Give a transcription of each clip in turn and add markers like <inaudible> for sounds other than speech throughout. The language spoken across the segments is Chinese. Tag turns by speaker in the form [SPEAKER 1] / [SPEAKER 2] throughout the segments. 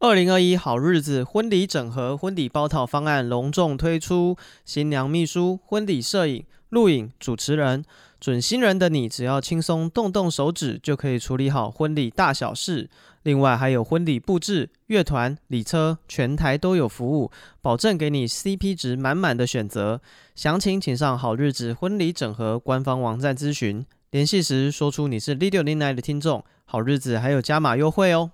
[SPEAKER 1] 二零二一好日子婚礼整合婚礼包套方案隆重推出，新娘秘书、婚礼摄影、录影、主持人，准新人的你只要轻松动动手指就可以处理好婚礼大小事。另外还有婚礼布置、乐团、礼车，全台都有服务，保证给你 CP 值满满的选择。详情请上好日子婚礼整合官方网站咨询，联系时说出你是 l i d i o 零 i 的听众，好日子还有加码优惠哦。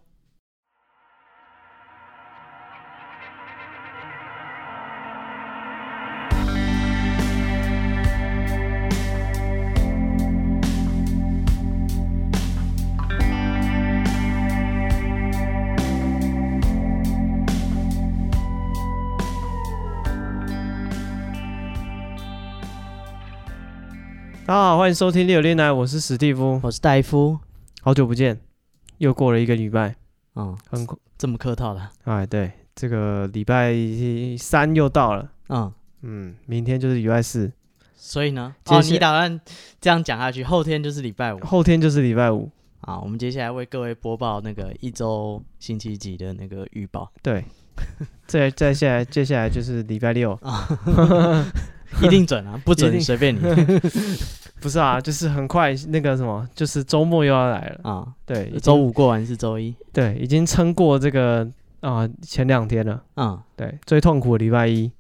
[SPEAKER 1] 大家好，欢迎收听《六恋来》，我是史蒂夫，
[SPEAKER 2] 我是戴夫。
[SPEAKER 1] 好久不见，又过了一个礼拜，
[SPEAKER 2] 嗯，
[SPEAKER 1] 很快。
[SPEAKER 2] 这么客套的。
[SPEAKER 1] 哎，对，这个礼拜三又到了，
[SPEAKER 2] 嗯，
[SPEAKER 1] 嗯，明天就是礼拜四，
[SPEAKER 2] 所以呢，
[SPEAKER 1] 接
[SPEAKER 2] 哦，
[SPEAKER 1] 下
[SPEAKER 2] 你打算这样讲下去，后天就是礼拜五
[SPEAKER 1] 后天就是礼拜五。
[SPEAKER 2] 啊。我们接下来为各位播报那个一周星期几的那个预报 <laughs>
[SPEAKER 1] 对， <laughs> 再再下来，接下来就是礼拜六，
[SPEAKER 2] 啊，一定准 <laughs> 啊，不
[SPEAKER 1] 一
[SPEAKER 2] 准
[SPEAKER 1] 定
[SPEAKER 2] 随便你 <laughs>
[SPEAKER 1] 不是啊，就是很快那个什么，就是周末又要来了。
[SPEAKER 2] 啊。
[SPEAKER 1] 对，已经
[SPEAKER 2] 周五过完是周一，
[SPEAKER 1] 对，已经撑过这个啊、前两天了。
[SPEAKER 2] 嗯
[SPEAKER 1] 对，最痛苦的礼拜一，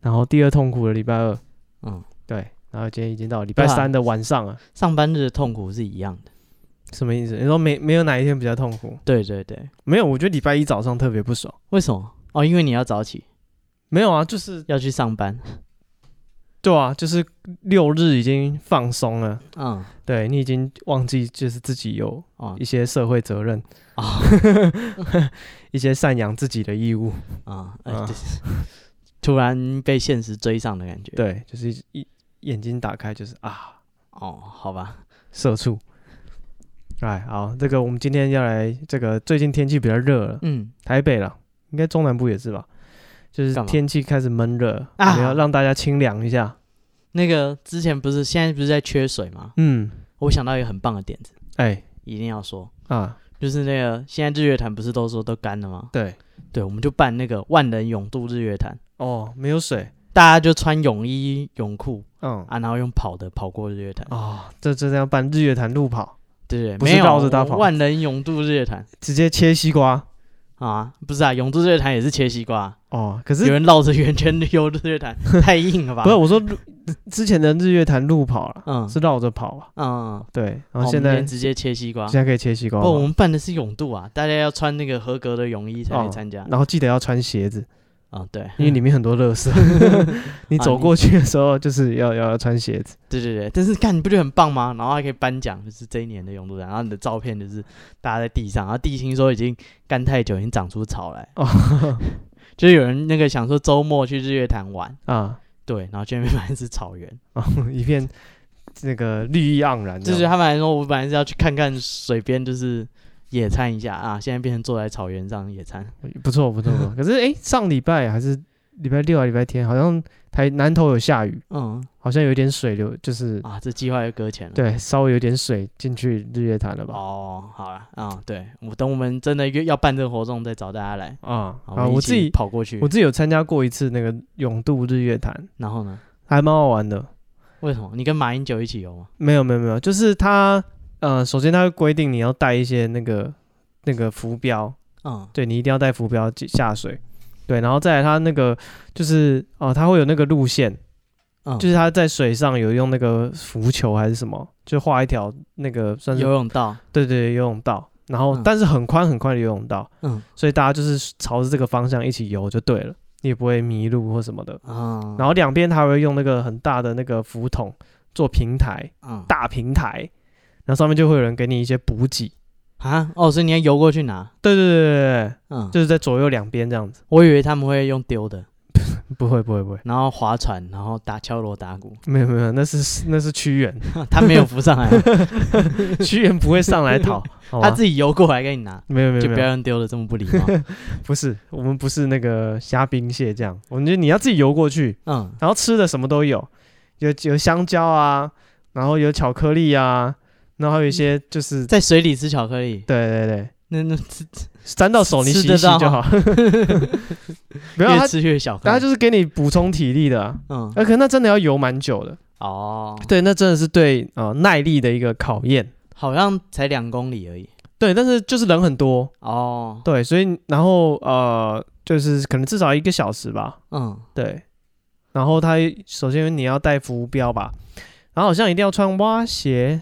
[SPEAKER 1] 然后第二痛苦的礼拜二，
[SPEAKER 2] 嗯，
[SPEAKER 1] 对，然后今天已经到礼拜
[SPEAKER 2] 对啊
[SPEAKER 1] 三的晚上了。
[SPEAKER 2] 上班日的痛苦是一样的。
[SPEAKER 1] 什么意思？你说没没有哪一天比较痛苦？
[SPEAKER 2] 对对对，
[SPEAKER 1] 没有，我觉得礼拜一早上特别不爽。
[SPEAKER 2] 为什么？哦，因为你要早起，
[SPEAKER 1] 没有啊，就是
[SPEAKER 2] 要去上班。
[SPEAKER 1] 对啊，就是六日已经放松了，
[SPEAKER 2] 嗯
[SPEAKER 1] 对你已经忘记就是自己有
[SPEAKER 2] 哦
[SPEAKER 1] 一些社会责任，
[SPEAKER 2] 啊
[SPEAKER 1] <laughs> 一些赡养自己的义务。
[SPEAKER 2] 啊！
[SPEAKER 1] 啊
[SPEAKER 2] 哎这是 <laughs> 突然被现实追上的感觉。
[SPEAKER 1] 对，就是一一眼睛打开就是啊，
[SPEAKER 2] 哦，好吧，
[SPEAKER 1] 社畜。哎，好，这个我们今天要来这个最近天气比较热了，
[SPEAKER 2] 嗯，
[SPEAKER 1] 台北了，应该中南部也是吧？就是
[SPEAKER 2] 干嘛
[SPEAKER 1] 天气开始闷热，我
[SPEAKER 2] 啊
[SPEAKER 1] 们要让大家清凉一下。
[SPEAKER 2] 那个之前不是现在不是在缺水吗？
[SPEAKER 1] 嗯，
[SPEAKER 2] 我想到一个很棒的点子，
[SPEAKER 1] 哎
[SPEAKER 2] 一定要说，
[SPEAKER 1] 啊，
[SPEAKER 2] 就是那个现在日月潭不是都说都干了吗？
[SPEAKER 1] 对，
[SPEAKER 2] 对，我们就办那个万人泳渡日月潭，
[SPEAKER 1] 哦，没有水，
[SPEAKER 2] 大家就穿泳衣泳裤
[SPEAKER 1] 嗯
[SPEAKER 2] 啊，然后用跑的跑过日月潭，
[SPEAKER 1] 哦，这这样办日月潭路跑，
[SPEAKER 2] 对对，
[SPEAKER 1] 不是
[SPEAKER 2] 没有啊
[SPEAKER 1] 绕着它跑
[SPEAKER 2] 万人泳渡日月潭
[SPEAKER 1] 直接切西瓜
[SPEAKER 2] 啊，不是啊，泳渡日月潭也是切西瓜，
[SPEAKER 1] 哦。可
[SPEAKER 2] 有
[SPEAKER 1] 是
[SPEAKER 2] 人绕着圆圈游日
[SPEAKER 1] <laughs>
[SPEAKER 2] 月潭，太硬了吧？
[SPEAKER 1] 不是我说路之前的日月潭路跑了，
[SPEAKER 2] 嗯
[SPEAKER 1] 是绕着跑啊，
[SPEAKER 2] 嗯，
[SPEAKER 1] 对，然
[SPEAKER 2] 好
[SPEAKER 1] 后现
[SPEAKER 2] 我们
[SPEAKER 1] 在
[SPEAKER 2] 今天直接切西瓜
[SPEAKER 1] 现。在可以切西瓜
[SPEAKER 2] 不，我
[SPEAKER 1] 吗，
[SPEAKER 2] 们办的是泳渡啊，大家要穿那个合格的泳衣才可以
[SPEAKER 1] 哦
[SPEAKER 2] 参加啊、哦
[SPEAKER 1] 然后记得要穿鞋子，
[SPEAKER 2] 对，
[SPEAKER 1] 因为里面很多垃
[SPEAKER 2] <laughs>
[SPEAKER 1] 圾，你走过去的时候就是要要要穿鞋子。
[SPEAKER 2] 对对对，但是看你不觉得很棒吗？然后还可以颁奖，就是这一年的勇度展，然后你的照片就是大家在地上，然后地心说已经干太久，已经长出草来，
[SPEAKER 1] 哦 <laughs>
[SPEAKER 2] 就是有人那个想说周末去日月潭玩，
[SPEAKER 1] 啊，
[SPEAKER 2] 对，然后这边发现是草原，
[SPEAKER 1] <laughs> 哦，一片那个绿意盎然，
[SPEAKER 2] 就是他们还说我本来是要去看看水边，就是野餐一下啊，现在变成坐在草原上野餐，
[SPEAKER 1] 不错不错。不错 <laughs> 可是哎，上礼拜还是礼拜六啊，礼拜天好像台南头有下雨，
[SPEAKER 2] 嗯
[SPEAKER 1] 好像有点水流，就是
[SPEAKER 2] 啊，这计划又搁浅了。
[SPEAKER 1] 对，稍微有点水进去日月潭了吧？
[SPEAKER 2] 哦，好了，啊，对我等我们真的约要办这个活动再找大家来，
[SPEAKER 1] 啊
[SPEAKER 2] 好
[SPEAKER 1] 啊！
[SPEAKER 2] 们一
[SPEAKER 1] 我
[SPEAKER 2] 起
[SPEAKER 1] 自己
[SPEAKER 2] 跑过去
[SPEAKER 1] 我，自己有参加过一次那个永渡日月潭，
[SPEAKER 2] 然后呢？
[SPEAKER 1] 还蛮好玩的。
[SPEAKER 2] 为什么你跟马英九一起游吗？
[SPEAKER 1] 没有没有没有，就是它呃，首先它会规定你要带一些那个那个浮标，
[SPEAKER 2] 嗯，
[SPEAKER 1] 对你一定要带浮标进下水。对，然后再来它那个就是哦、它会有那个路线，
[SPEAKER 2] 嗯
[SPEAKER 1] 就是它在水上有用那个浮球还是什么，就画一条那个算是
[SPEAKER 2] 游泳道，
[SPEAKER 1] 对对游泳道，然后、
[SPEAKER 2] 嗯
[SPEAKER 1] 但是很宽很宽的游泳道，
[SPEAKER 2] 嗯
[SPEAKER 1] 所以大家就是朝着这个方向一起游就对了，你也不会迷路或什么的。
[SPEAKER 2] 嗯，
[SPEAKER 1] 然后两边还会用那个很大的那个浮筒做平台，
[SPEAKER 2] 嗯
[SPEAKER 1] 大平台，然后上面就会有人给你一些补给。
[SPEAKER 2] 啊哦，所以你要游过去拿，
[SPEAKER 1] 对对对对对，
[SPEAKER 2] 嗯，
[SPEAKER 1] 就是在左右两边这样子。
[SPEAKER 2] 我以为他们会用丢的，
[SPEAKER 1] 不会不会不会，
[SPEAKER 2] 然后划船，然后打敲锣打鼓，
[SPEAKER 1] 没有没有，那是那是屈 <laughs> 原，
[SPEAKER 2] <laughs> 他没有浮
[SPEAKER 1] <laughs>
[SPEAKER 2] 上来啊，
[SPEAKER 1] 屈原不会上来
[SPEAKER 2] <laughs>
[SPEAKER 1] 讨，好
[SPEAKER 2] 他
[SPEAKER 1] 吗？
[SPEAKER 2] 啊自己游过来给你拿，
[SPEAKER 1] 没有没有
[SPEAKER 2] 就不
[SPEAKER 1] 没
[SPEAKER 2] 要
[SPEAKER 1] 有，
[SPEAKER 2] 用丢的这么不礼
[SPEAKER 1] <laughs>
[SPEAKER 2] 貌，
[SPEAKER 1] 不是我们不是那个虾兵蟹将，我们就你要自己游过去，
[SPEAKER 2] 嗯
[SPEAKER 1] 然后吃的什么都有，有有香蕉啊，然后有巧克力啊，然后还有一些就是
[SPEAKER 2] 在水里吃巧克力，
[SPEAKER 1] 对对对，
[SPEAKER 2] 那那这这
[SPEAKER 1] 沾到手你洗
[SPEAKER 2] 吃
[SPEAKER 1] 一
[SPEAKER 2] 得
[SPEAKER 1] 洗
[SPEAKER 2] 到
[SPEAKER 1] 就 <laughs> 好。没有
[SPEAKER 2] 越
[SPEAKER 1] 他，
[SPEAKER 2] 吃越小
[SPEAKER 1] 他
[SPEAKER 2] 颗。
[SPEAKER 1] 就是给你补充体力的、啊，
[SPEAKER 2] 嗯，
[SPEAKER 1] 那可能那真的要游蛮久的。
[SPEAKER 2] 哦，
[SPEAKER 1] 对，那真的是对呃耐力的一个考验。
[SPEAKER 2] 好像才两公里而已。
[SPEAKER 1] 对，但是就是人很多，
[SPEAKER 2] 哦，
[SPEAKER 1] 对，所以然后呃就是可能至少一个小时吧，
[SPEAKER 2] 嗯，
[SPEAKER 1] 对。然后他首先你要带浮标吧，然后好像一定要穿蛙鞋，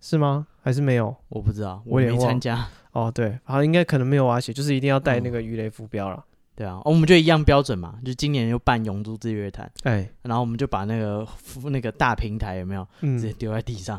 [SPEAKER 1] 是吗？还是没有？
[SPEAKER 2] 我不知道，
[SPEAKER 1] 我
[SPEAKER 2] 我
[SPEAKER 1] 有点
[SPEAKER 2] 没
[SPEAKER 1] 忘
[SPEAKER 2] 参加。
[SPEAKER 1] 哦，对，好，应该可能没有蛙鞋，就是一定要带那个鱼雷浮标了。
[SPEAKER 2] 对啊、哦我们就一样标准嘛，就今年又办永珠日月潭，
[SPEAKER 1] 哎，
[SPEAKER 2] 然后我们就把那个服那个大平台有没有直接
[SPEAKER 1] 嗯，
[SPEAKER 2] 丢在地上，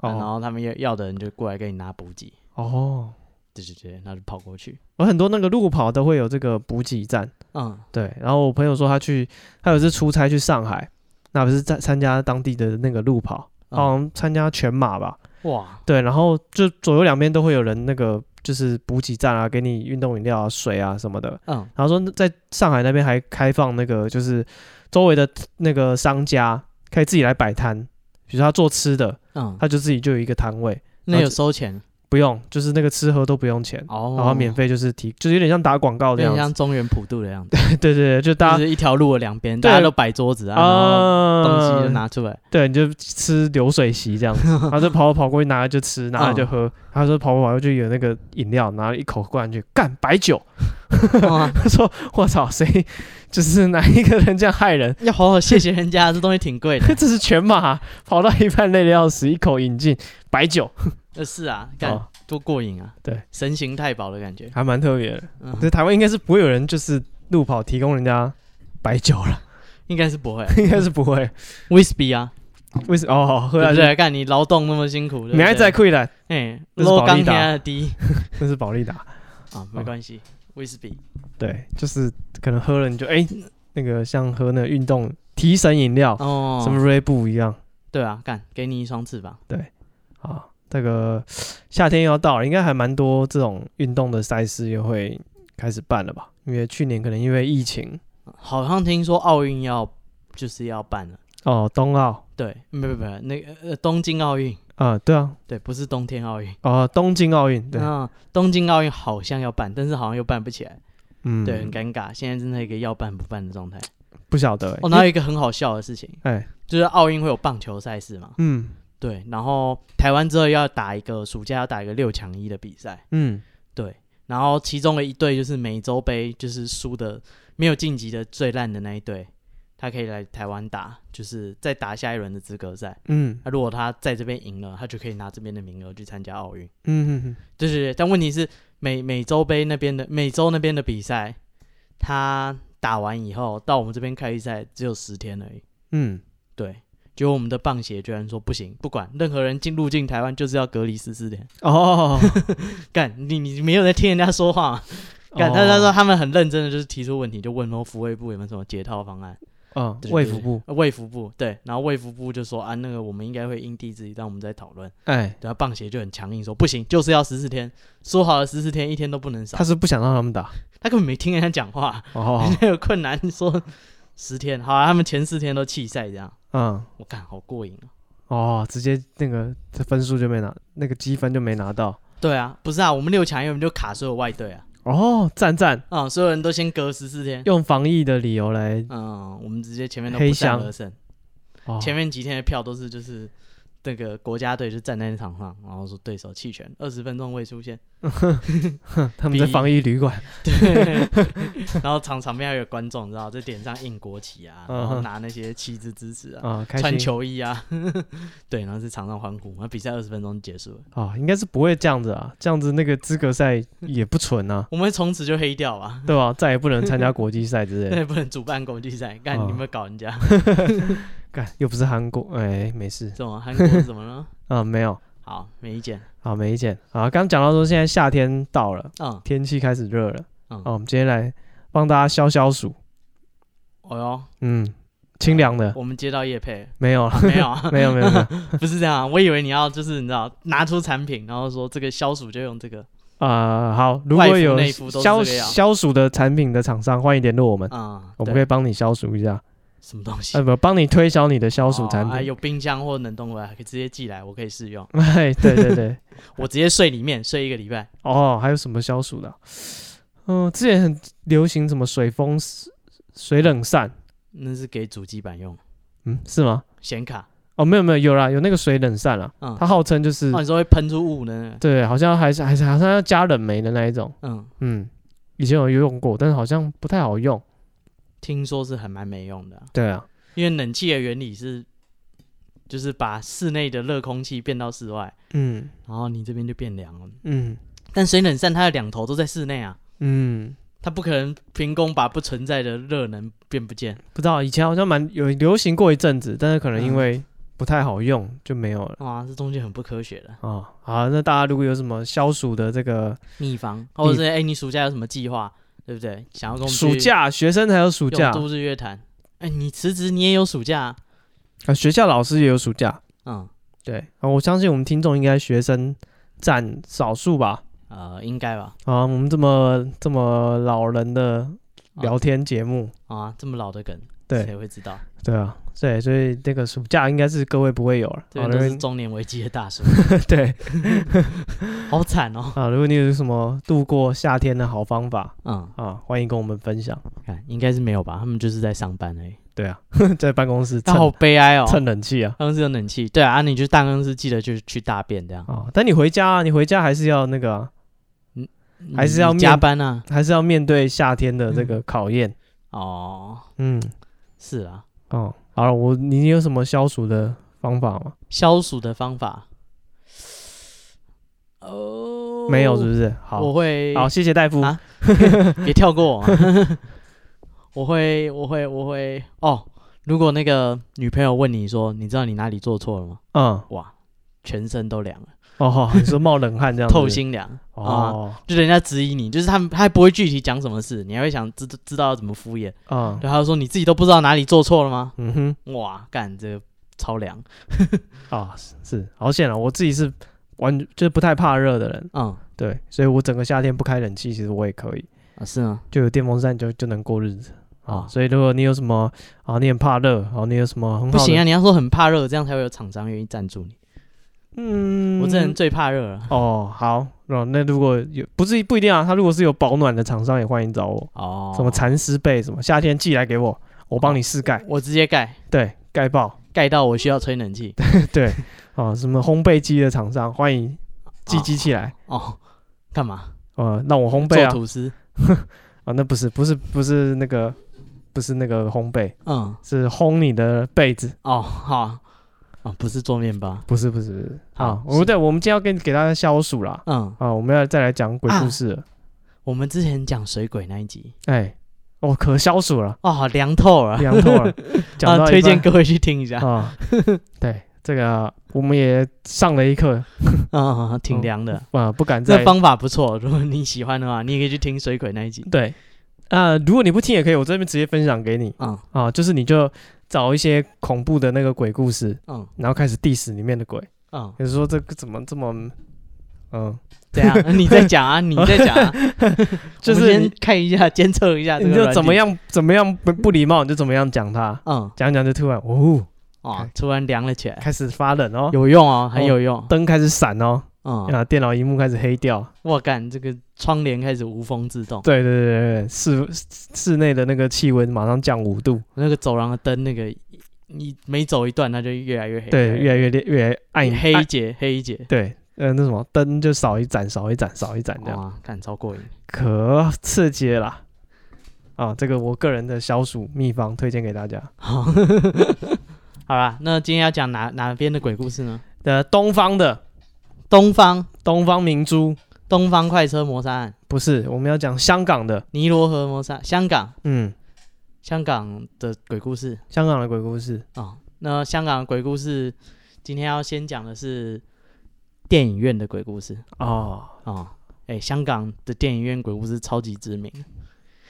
[SPEAKER 2] 啊然
[SPEAKER 1] 哦
[SPEAKER 2] 后他们要要的人就过来跟你拿补给，
[SPEAKER 1] 哦，
[SPEAKER 2] 对对对，然后就跑过去，
[SPEAKER 1] 我很多那个路跑都会有这个补给站，
[SPEAKER 2] 嗯，
[SPEAKER 1] 对。然后我朋友说他去，他有一次出差去上海，那不是在参加当地的那个路跑，
[SPEAKER 2] 嗯
[SPEAKER 1] 好像参加全马吧，
[SPEAKER 2] 哇，
[SPEAKER 1] 对。然后就左右两边都会有人那个就是补给站啊，给你运动饮料啊、水啊什么的。
[SPEAKER 2] 嗯，
[SPEAKER 1] 然后说在上海那边还开放那个，就是周围的那个商家可以自己来摆摊，比如说他做吃的，
[SPEAKER 2] 嗯，
[SPEAKER 1] 他就自己就有一个摊位，
[SPEAKER 2] 那有收钱
[SPEAKER 1] 不用，就是那个吃喝都不用钱，
[SPEAKER 2] 哦，
[SPEAKER 1] 然后免，费就是提，就是有点像打广告
[SPEAKER 2] 有
[SPEAKER 1] 这
[SPEAKER 2] 点
[SPEAKER 1] 样子。
[SPEAKER 2] 像中原普渡的样子，
[SPEAKER 1] 对对对，就大家
[SPEAKER 2] 就是一条路的两边，
[SPEAKER 1] 对
[SPEAKER 2] 大家都摆桌子啊，然后
[SPEAKER 1] 啊
[SPEAKER 2] 东西就拿出来，
[SPEAKER 1] 对，你就吃流水席这样子，然后就跑跑过去拿了就吃，拿了就喝。他说跑跑跑过去有那个饮料，拿了一口灌下去，干白酒。
[SPEAKER 2] 哇
[SPEAKER 1] 他说我操，谁就是哪一个人这样害人？
[SPEAKER 2] 要好好哦谢谢人家，这东西挺贵的
[SPEAKER 1] <laughs> ，这是全马，跑到一半累得要死，一口饮尽白酒，
[SPEAKER 2] 呃是啊，
[SPEAKER 1] 哦
[SPEAKER 2] 干多过瘾啊，
[SPEAKER 1] 对，
[SPEAKER 2] 神行太保的感觉，
[SPEAKER 1] 还蛮特别的。
[SPEAKER 2] 嗯
[SPEAKER 1] 这台湾应该是不会有人就是路跑提供人家白酒了， <laughs>
[SPEAKER 2] 应该是不会啊
[SPEAKER 1] 应该是不会。
[SPEAKER 2] ，whisky 啊，
[SPEAKER 1] 为什么？哦，喝
[SPEAKER 2] 对
[SPEAKER 1] 下
[SPEAKER 2] 不
[SPEAKER 1] 去。
[SPEAKER 2] 对？干你劳动那么辛苦，对不对
[SPEAKER 1] 你还在亏了，
[SPEAKER 2] 哎，
[SPEAKER 1] 这是保
[SPEAKER 2] 捞
[SPEAKER 1] 利
[SPEAKER 2] 钢
[SPEAKER 1] 达嗯
[SPEAKER 2] 铁的低
[SPEAKER 1] <laughs> 那是保利达。
[SPEAKER 2] 啊，没关系，威士忌，
[SPEAKER 1] 对，就是可能喝了你就哎、那个像喝那个运动提神饮料，
[SPEAKER 2] 哦，
[SPEAKER 1] 什么 r e b 一样
[SPEAKER 2] 对啊，干给你一双翅膀，
[SPEAKER 1] 啊。这个夏天要到了，应该还蛮多这种运动的赛事也会开始办了吧？因为去年可能因为疫情
[SPEAKER 2] 好像听说奥运要就是要办了，
[SPEAKER 1] 哦，冬奥
[SPEAKER 2] 对，没有没有那个呃东京奥运，
[SPEAKER 1] 啊，对啊，
[SPEAKER 2] 对，不是冬天奥运，
[SPEAKER 1] 哦，东京奥运，对，
[SPEAKER 2] 嗯，东京奥运好像要办，但是好像又办不起来，
[SPEAKER 1] 嗯，
[SPEAKER 2] 对，很尴尬，现在真的一个要办不办的状态。
[SPEAKER 1] 不晓得、欸，
[SPEAKER 2] 哦，然后有一个很好笑的事情，
[SPEAKER 1] 哎、
[SPEAKER 2] 就是奥运会有棒球赛事嘛，
[SPEAKER 1] 嗯
[SPEAKER 2] 对，然后台湾之后要打一个暑假要打一个六强一的比赛。
[SPEAKER 1] 嗯，
[SPEAKER 2] 对，然后其中的一队就是美洲杯，就是输的没有晋级的最烂的那一队，他可以来台湾打，就是再打下一轮的资格赛。
[SPEAKER 1] 嗯
[SPEAKER 2] 那、如果他在这边赢了，他就可以拿这边的名额去参加奥运。
[SPEAKER 1] 嗯嗯
[SPEAKER 2] 对对对，但问题是美美洲杯那边的美洲那边的比赛，他打完以后到我们这边开赛只有十天而已。
[SPEAKER 1] 嗯，
[SPEAKER 2] 对，结果我们的棒协居然说不行，不管任何人进入境台湾就是要隔离十四天。
[SPEAKER 1] 哦，
[SPEAKER 2] 干，你你没有在听人家说话吗？感他他说
[SPEAKER 1] 哦
[SPEAKER 2] 他们很认真的，就是提出问题，就问说服卫部有没有什么解套方案。
[SPEAKER 1] 嗯，
[SPEAKER 2] 对
[SPEAKER 1] 卫
[SPEAKER 2] 对
[SPEAKER 1] 福部，
[SPEAKER 2] 呃卫福部对，然后卫福部就说啊，那个我们应该会因地制宜，但我们在讨论。
[SPEAKER 1] 哎、
[SPEAKER 2] 然后棒协就很强硬说不行，就是要十四天，说好了十四天，一天都不能少。
[SPEAKER 1] 他
[SPEAKER 2] 他
[SPEAKER 1] 是不想让他们打，
[SPEAKER 2] 根本没听人家讲话， <laughs>
[SPEAKER 1] 哦，
[SPEAKER 2] 人家有困难说十天，好啊，他们前四天都弃赛这样。 <laughs>
[SPEAKER 1] 嗯，
[SPEAKER 2] 我干，好过瘾啊！
[SPEAKER 1] 哦，直接那个这分数就没拿，那个积分就没拿到。
[SPEAKER 2] 对啊，不是啊，我们六强因为我们就卡所有外队啊，
[SPEAKER 1] 哦，赞赞，
[SPEAKER 2] 啊、所有人都先隔十四天。
[SPEAKER 1] 用防疫的理由来，
[SPEAKER 2] 嗯，我们直接前面都
[SPEAKER 1] 黑
[SPEAKER 2] 不战
[SPEAKER 1] 箱
[SPEAKER 2] 而胜。
[SPEAKER 1] 哦，
[SPEAKER 2] 前面几天的票都是就是那个国家队就站在那场上，然后说对手弃权，二十分钟未出现，
[SPEAKER 1] <laughs> 他们在
[SPEAKER 2] 比
[SPEAKER 1] 防疫旅
[SPEAKER 2] <laughs>
[SPEAKER 1] 馆，
[SPEAKER 2] 对， <laughs> 然后场场面还有观众，你知道，在点上印国旗啊，
[SPEAKER 1] 嗯哼
[SPEAKER 2] 然后拿那些旗帜支持啊，
[SPEAKER 1] 啊，开
[SPEAKER 2] 穿
[SPEAKER 1] 心，
[SPEAKER 2] 球衣啊， <laughs> 对，然后在场上欢呼，然后比赛二十分钟就结束了，
[SPEAKER 1] 啊，应该是不会这样子啊，这样子那个资格赛也不纯啊，
[SPEAKER 2] 我们从此就黑掉啊。
[SPEAKER 1] 对吧？再也不能参加国际赛之类
[SPEAKER 2] 那 <laughs>
[SPEAKER 1] 的，
[SPEAKER 2] 也不能主办国际赛，干
[SPEAKER 1] 哦
[SPEAKER 2] 你们搞人家，
[SPEAKER 1] 干，又不是韩国，哎，没事，
[SPEAKER 2] 怎么韩国怎么了？
[SPEAKER 1] 啊，没有，
[SPEAKER 2] <laughs> 好，没意见。
[SPEAKER 1] 啊，没意见，啊，刚讲到说现在夏天到了，
[SPEAKER 2] 嗯，
[SPEAKER 1] 天气开始热了，
[SPEAKER 2] 嗯
[SPEAKER 1] 啊，我们今天来帮大家消消暑，
[SPEAKER 2] 哦哟，
[SPEAKER 1] 嗯，清凉的，
[SPEAKER 2] 我们接到叶配、
[SPEAKER 1] 没有了
[SPEAKER 2] 啊，， <laughs> 没有啊，
[SPEAKER 1] 没有没有没有，
[SPEAKER 2] 不是这样啊，我以为你要就是你知道拿出产品，然后说这个消暑就用这个
[SPEAKER 1] 啊、好，如
[SPEAKER 2] 外
[SPEAKER 1] 果
[SPEAKER 2] 服
[SPEAKER 1] 有
[SPEAKER 2] 内服都是
[SPEAKER 1] 消
[SPEAKER 2] 这个样
[SPEAKER 1] 消暑的产品的厂商，欢迎联络我们，
[SPEAKER 2] 啊、
[SPEAKER 1] 我们可
[SPEAKER 2] 对
[SPEAKER 1] 以帮你消暑一下。
[SPEAKER 2] 什么东西
[SPEAKER 1] 呃，？不，帮你推销你的消暑产
[SPEAKER 2] 哦
[SPEAKER 1] 品。
[SPEAKER 2] 啊有冰箱或冷冻柜，可以直接寄来，我可以试用。
[SPEAKER 1] 哎， <laughs> 对对对，
[SPEAKER 2] 我直接睡里面睡一个礼拜，
[SPEAKER 1] 哦，还有什么消暑的啊、嗯、之前很流行什么水风水冷扇，
[SPEAKER 2] 那是给主机板用
[SPEAKER 1] 嗯，是吗？
[SPEAKER 2] 显卡。
[SPEAKER 1] 哦，没有没有，有啦，有那个水冷扇啦，
[SPEAKER 2] 嗯，
[SPEAKER 1] 它号称就是、
[SPEAKER 2] 哦，你说会喷出雾的那个，
[SPEAKER 1] 对，好像还是还是好像要加冷媒的那一种，
[SPEAKER 2] 嗯，
[SPEAKER 1] 嗯，以前有用过，但是好像不太好用。
[SPEAKER 2] 听说是还蛮没用的啊、
[SPEAKER 1] 对啊，
[SPEAKER 2] 因为冷气的原理是，就是把室内的热空气变到室外，
[SPEAKER 1] 嗯
[SPEAKER 2] 然后你这边就变凉了。
[SPEAKER 1] 嗯
[SPEAKER 2] 但水冷扇它的两头都在室内啊，
[SPEAKER 1] 嗯，
[SPEAKER 2] 它不可能凭空把不存在的热能变不见
[SPEAKER 1] 不知道以前好像蛮有流行过一阵子，但是可能因
[SPEAKER 2] 嗯
[SPEAKER 1] 为不太好用就没有了。
[SPEAKER 2] 啊，这中间很不科学的
[SPEAKER 1] 哦，好，那大家如果有什么消暑的这个
[SPEAKER 2] 秘方，或者是哎、你暑假有什么计划，对不对？想要跟我们
[SPEAKER 1] 暑
[SPEAKER 2] 去
[SPEAKER 1] 假，学生才有暑
[SPEAKER 2] 用
[SPEAKER 1] 假
[SPEAKER 2] 都市乐坛，哎、你辞职你也有暑假、啊，
[SPEAKER 1] 啊，学校老师也有暑假，
[SPEAKER 2] 嗯，
[SPEAKER 1] 对啊，我相信我们听众应该学生占少数吧。
[SPEAKER 2] 呃，应该吧，
[SPEAKER 1] 啊，我们这么这么老人的
[SPEAKER 2] 啊
[SPEAKER 1] 聊天节目，
[SPEAKER 2] 啊，这么老的梗，
[SPEAKER 1] 对
[SPEAKER 2] 谁会知道？
[SPEAKER 1] 对啊，对，所以这个暑假应该是各位不会有了。
[SPEAKER 2] 这
[SPEAKER 1] 好
[SPEAKER 2] 哦边都
[SPEAKER 1] 的
[SPEAKER 2] 是，中年危机的大叔，
[SPEAKER 1] <laughs> 对
[SPEAKER 2] 好惨哦。
[SPEAKER 1] 啊，如果你有什么度过夏天的好方法
[SPEAKER 2] 嗯，
[SPEAKER 1] 啊，欢迎跟我们分享。 <laughs>
[SPEAKER 2] 看应该是没有吧，他们就是在上班而已。
[SPEAKER 1] 对啊，在办公室蹭
[SPEAKER 2] 但好悲哀哦，
[SPEAKER 1] 蹭冷气啊
[SPEAKER 2] 办公室有冷气，对啊，啊你就办公室记得就去大便这样，
[SPEAKER 1] 啊，但你回家、啊，你回家还是要那个啊、
[SPEAKER 2] 你
[SPEAKER 1] 还是要
[SPEAKER 2] 你加
[SPEAKER 1] 面
[SPEAKER 2] 班啊。
[SPEAKER 1] 还是要面对夏天的这个
[SPEAKER 2] 嗯
[SPEAKER 1] 考验。
[SPEAKER 2] 哦，
[SPEAKER 1] 嗯，
[SPEAKER 2] 是啊，
[SPEAKER 1] 哦，好了，我你有什么消暑的方法吗？
[SPEAKER 2] 消暑的方法。哦，
[SPEAKER 1] 没有，是不是？好，
[SPEAKER 2] 我会
[SPEAKER 1] 好，谢谢大夫。
[SPEAKER 2] 啊别跳过我、 <laughs> 我会，我会，我会。哦，如果那个女朋友问你说，你知道你哪里做错了吗？
[SPEAKER 1] 嗯，
[SPEAKER 2] 哇，全身都凉了，
[SPEAKER 1] 哦，好你说冒冷汗这样子，
[SPEAKER 2] <laughs> 透心凉。啊
[SPEAKER 1] 哦，
[SPEAKER 2] 就人家质疑你，就是他们他还不会具体讲什么事，你还会想知知道要怎么敷衍。
[SPEAKER 1] 嗯
[SPEAKER 2] 对，他就说你自己都不知道哪里做错了吗？
[SPEAKER 1] 嗯哼，
[SPEAKER 2] 哇，干这个超凉。
[SPEAKER 1] 啊，是是，好险啊！我自己是完就是不太怕热的人，
[SPEAKER 2] 嗯，
[SPEAKER 1] 对，所以我整个夏天不开冷气，其实我也可以，
[SPEAKER 2] 啊是吗？
[SPEAKER 1] 就有电风扇就就能过日子啊。
[SPEAKER 2] 啊
[SPEAKER 1] 所以如果你有什么啊，你很怕热，啊，你有什么很好
[SPEAKER 2] 不行啊，
[SPEAKER 1] 啊，
[SPEAKER 2] 你要说很怕热，这样才会有厂商愿意赞助你。
[SPEAKER 1] 嗯，
[SPEAKER 2] 我这人最怕热了。
[SPEAKER 1] 哦，好，哦，那如果有不是不一定啊，他如果是有保暖的厂商，也欢迎找我。
[SPEAKER 2] 哦，哦
[SPEAKER 1] 什么？蚕丝被什么，夏天寄来给我，我帮你试盖，
[SPEAKER 2] 我直接盖
[SPEAKER 1] 对，盖爆，
[SPEAKER 2] 盖到我需要吹冷气。
[SPEAKER 1] 对，啊，什么烘焙机的厂商欢迎寄机器来，
[SPEAKER 2] 哦，干嘛？
[SPEAKER 1] 呃，让我烘焙
[SPEAKER 2] 做
[SPEAKER 1] 啊，
[SPEAKER 2] 吐司。
[SPEAKER 1] 啊，那不是不是不是那个不是那个烘焙，
[SPEAKER 2] 嗯，
[SPEAKER 1] 是烘你的被子，
[SPEAKER 2] 哦，好啊，哦不是做面包。
[SPEAKER 1] 不是不是不是，啊
[SPEAKER 2] 好，
[SPEAKER 1] 我
[SPEAKER 2] 是
[SPEAKER 1] 对，我们今天要跟给大家消暑啦，
[SPEAKER 2] 嗯，
[SPEAKER 1] 啊，我们要再来讲鬼
[SPEAKER 2] 啊
[SPEAKER 1] 故事了，
[SPEAKER 2] 我们之前讲水鬼那一集，
[SPEAKER 1] 哎，哦，可消暑了，
[SPEAKER 2] 哦，好凉透了。
[SPEAKER 1] 凉透
[SPEAKER 2] <laughs>
[SPEAKER 1] 了，讲到
[SPEAKER 2] 啊，
[SPEAKER 1] 一
[SPEAKER 2] 推荐
[SPEAKER 1] 半
[SPEAKER 2] 各位去听一下。
[SPEAKER 1] 啊，对，这个我们也上了一课
[SPEAKER 2] 嗯，挺凉的。
[SPEAKER 1] 啊，不敢再
[SPEAKER 2] 这方法不错，如果你喜欢的话，你也可以去听水鬼那一集。
[SPEAKER 1] 对，呃，如果你不听也可以，我这边直接分享给你
[SPEAKER 2] 嗯
[SPEAKER 1] 啊，就是你就找一些恐怖的那个鬼故事，
[SPEAKER 2] 嗯
[SPEAKER 1] 然后开始 diss 里面的鬼，
[SPEAKER 2] 嗯，
[SPEAKER 1] 比如说这个怎么这么，嗯，
[SPEAKER 2] 怎样？你再
[SPEAKER 1] <laughs>
[SPEAKER 2] 讲啊， <laughs> 你再讲啊，
[SPEAKER 1] 就
[SPEAKER 2] 我们
[SPEAKER 1] 是
[SPEAKER 2] 先
[SPEAKER 1] 你
[SPEAKER 2] 看一下，监测一下这个
[SPEAKER 1] 你
[SPEAKER 2] 软
[SPEAKER 1] 就
[SPEAKER 2] 体
[SPEAKER 1] 怎么？样怎么样不不礼貌，你就怎么样讲他，
[SPEAKER 2] 嗯，
[SPEAKER 1] 讲一讲就突然哦，
[SPEAKER 2] 哦
[SPEAKER 1] 看，
[SPEAKER 2] 突然凉了起来，
[SPEAKER 1] 开始发冷哦，
[SPEAKER 2] 有用哦，很有用。
[SPEAKER 1] 灯开始闪哦，
[SPEAKER 2] 嗯，
[SPEAKER 1] 啊，电脑荧幕开始黑掉，
[SPEAKER 2] 我干，这个窗帘开始无风自动，
[SPEAKER 1] 对对对对对，室室内的那个气温马上降五度，
[SPEAKER 2] 那个走廊的灯，那个你每走一段，它就越来越黑，
[SPEAKER 1] 对，越来越烈越来越暗
[SPEAKER 2] 黑一
[SPEAKER 1] 暗
[SPEAKER 2] 截，黑一截。
[SPEAKER 1] 对，呃，那什么灯就少一盏，少一盏，少一盏这样。
[SPEAKER 2] 哇，干超过瘾。 <laughs>
[SPEAKER 1] 可刺激了啦！啊，这个我个人的消暑秘方推荐给大家。
[SPEAKER 2] 好，好啦，那今天要讲哪哪边的鬼故事呢？
[SPEAKER 1] 呃，东方的
[SPEAKER 2] 东方，
[SPEAKER 1] 东方明珠
[SPEAKER 2] 东方快车谋杀案，
[SPEAKER 1] 不是，我们要讲香港的，
[SPEAKER 2] 尼罗河谋杀，香港，
[SPEAKER 1] 嗯，
[SPEAKER 2] 香港的鬼故事
[SPEAKER 1] 香港的鬼故事。
[SPEAKER 2] 啊、哦那香港的鬼故事，今天要先讲的是电影院的鬼故事
[SPEAKER 1] 哦，
[SPEAKER 2] 啊。哦哎、香港的电影院鬼故事超级知名，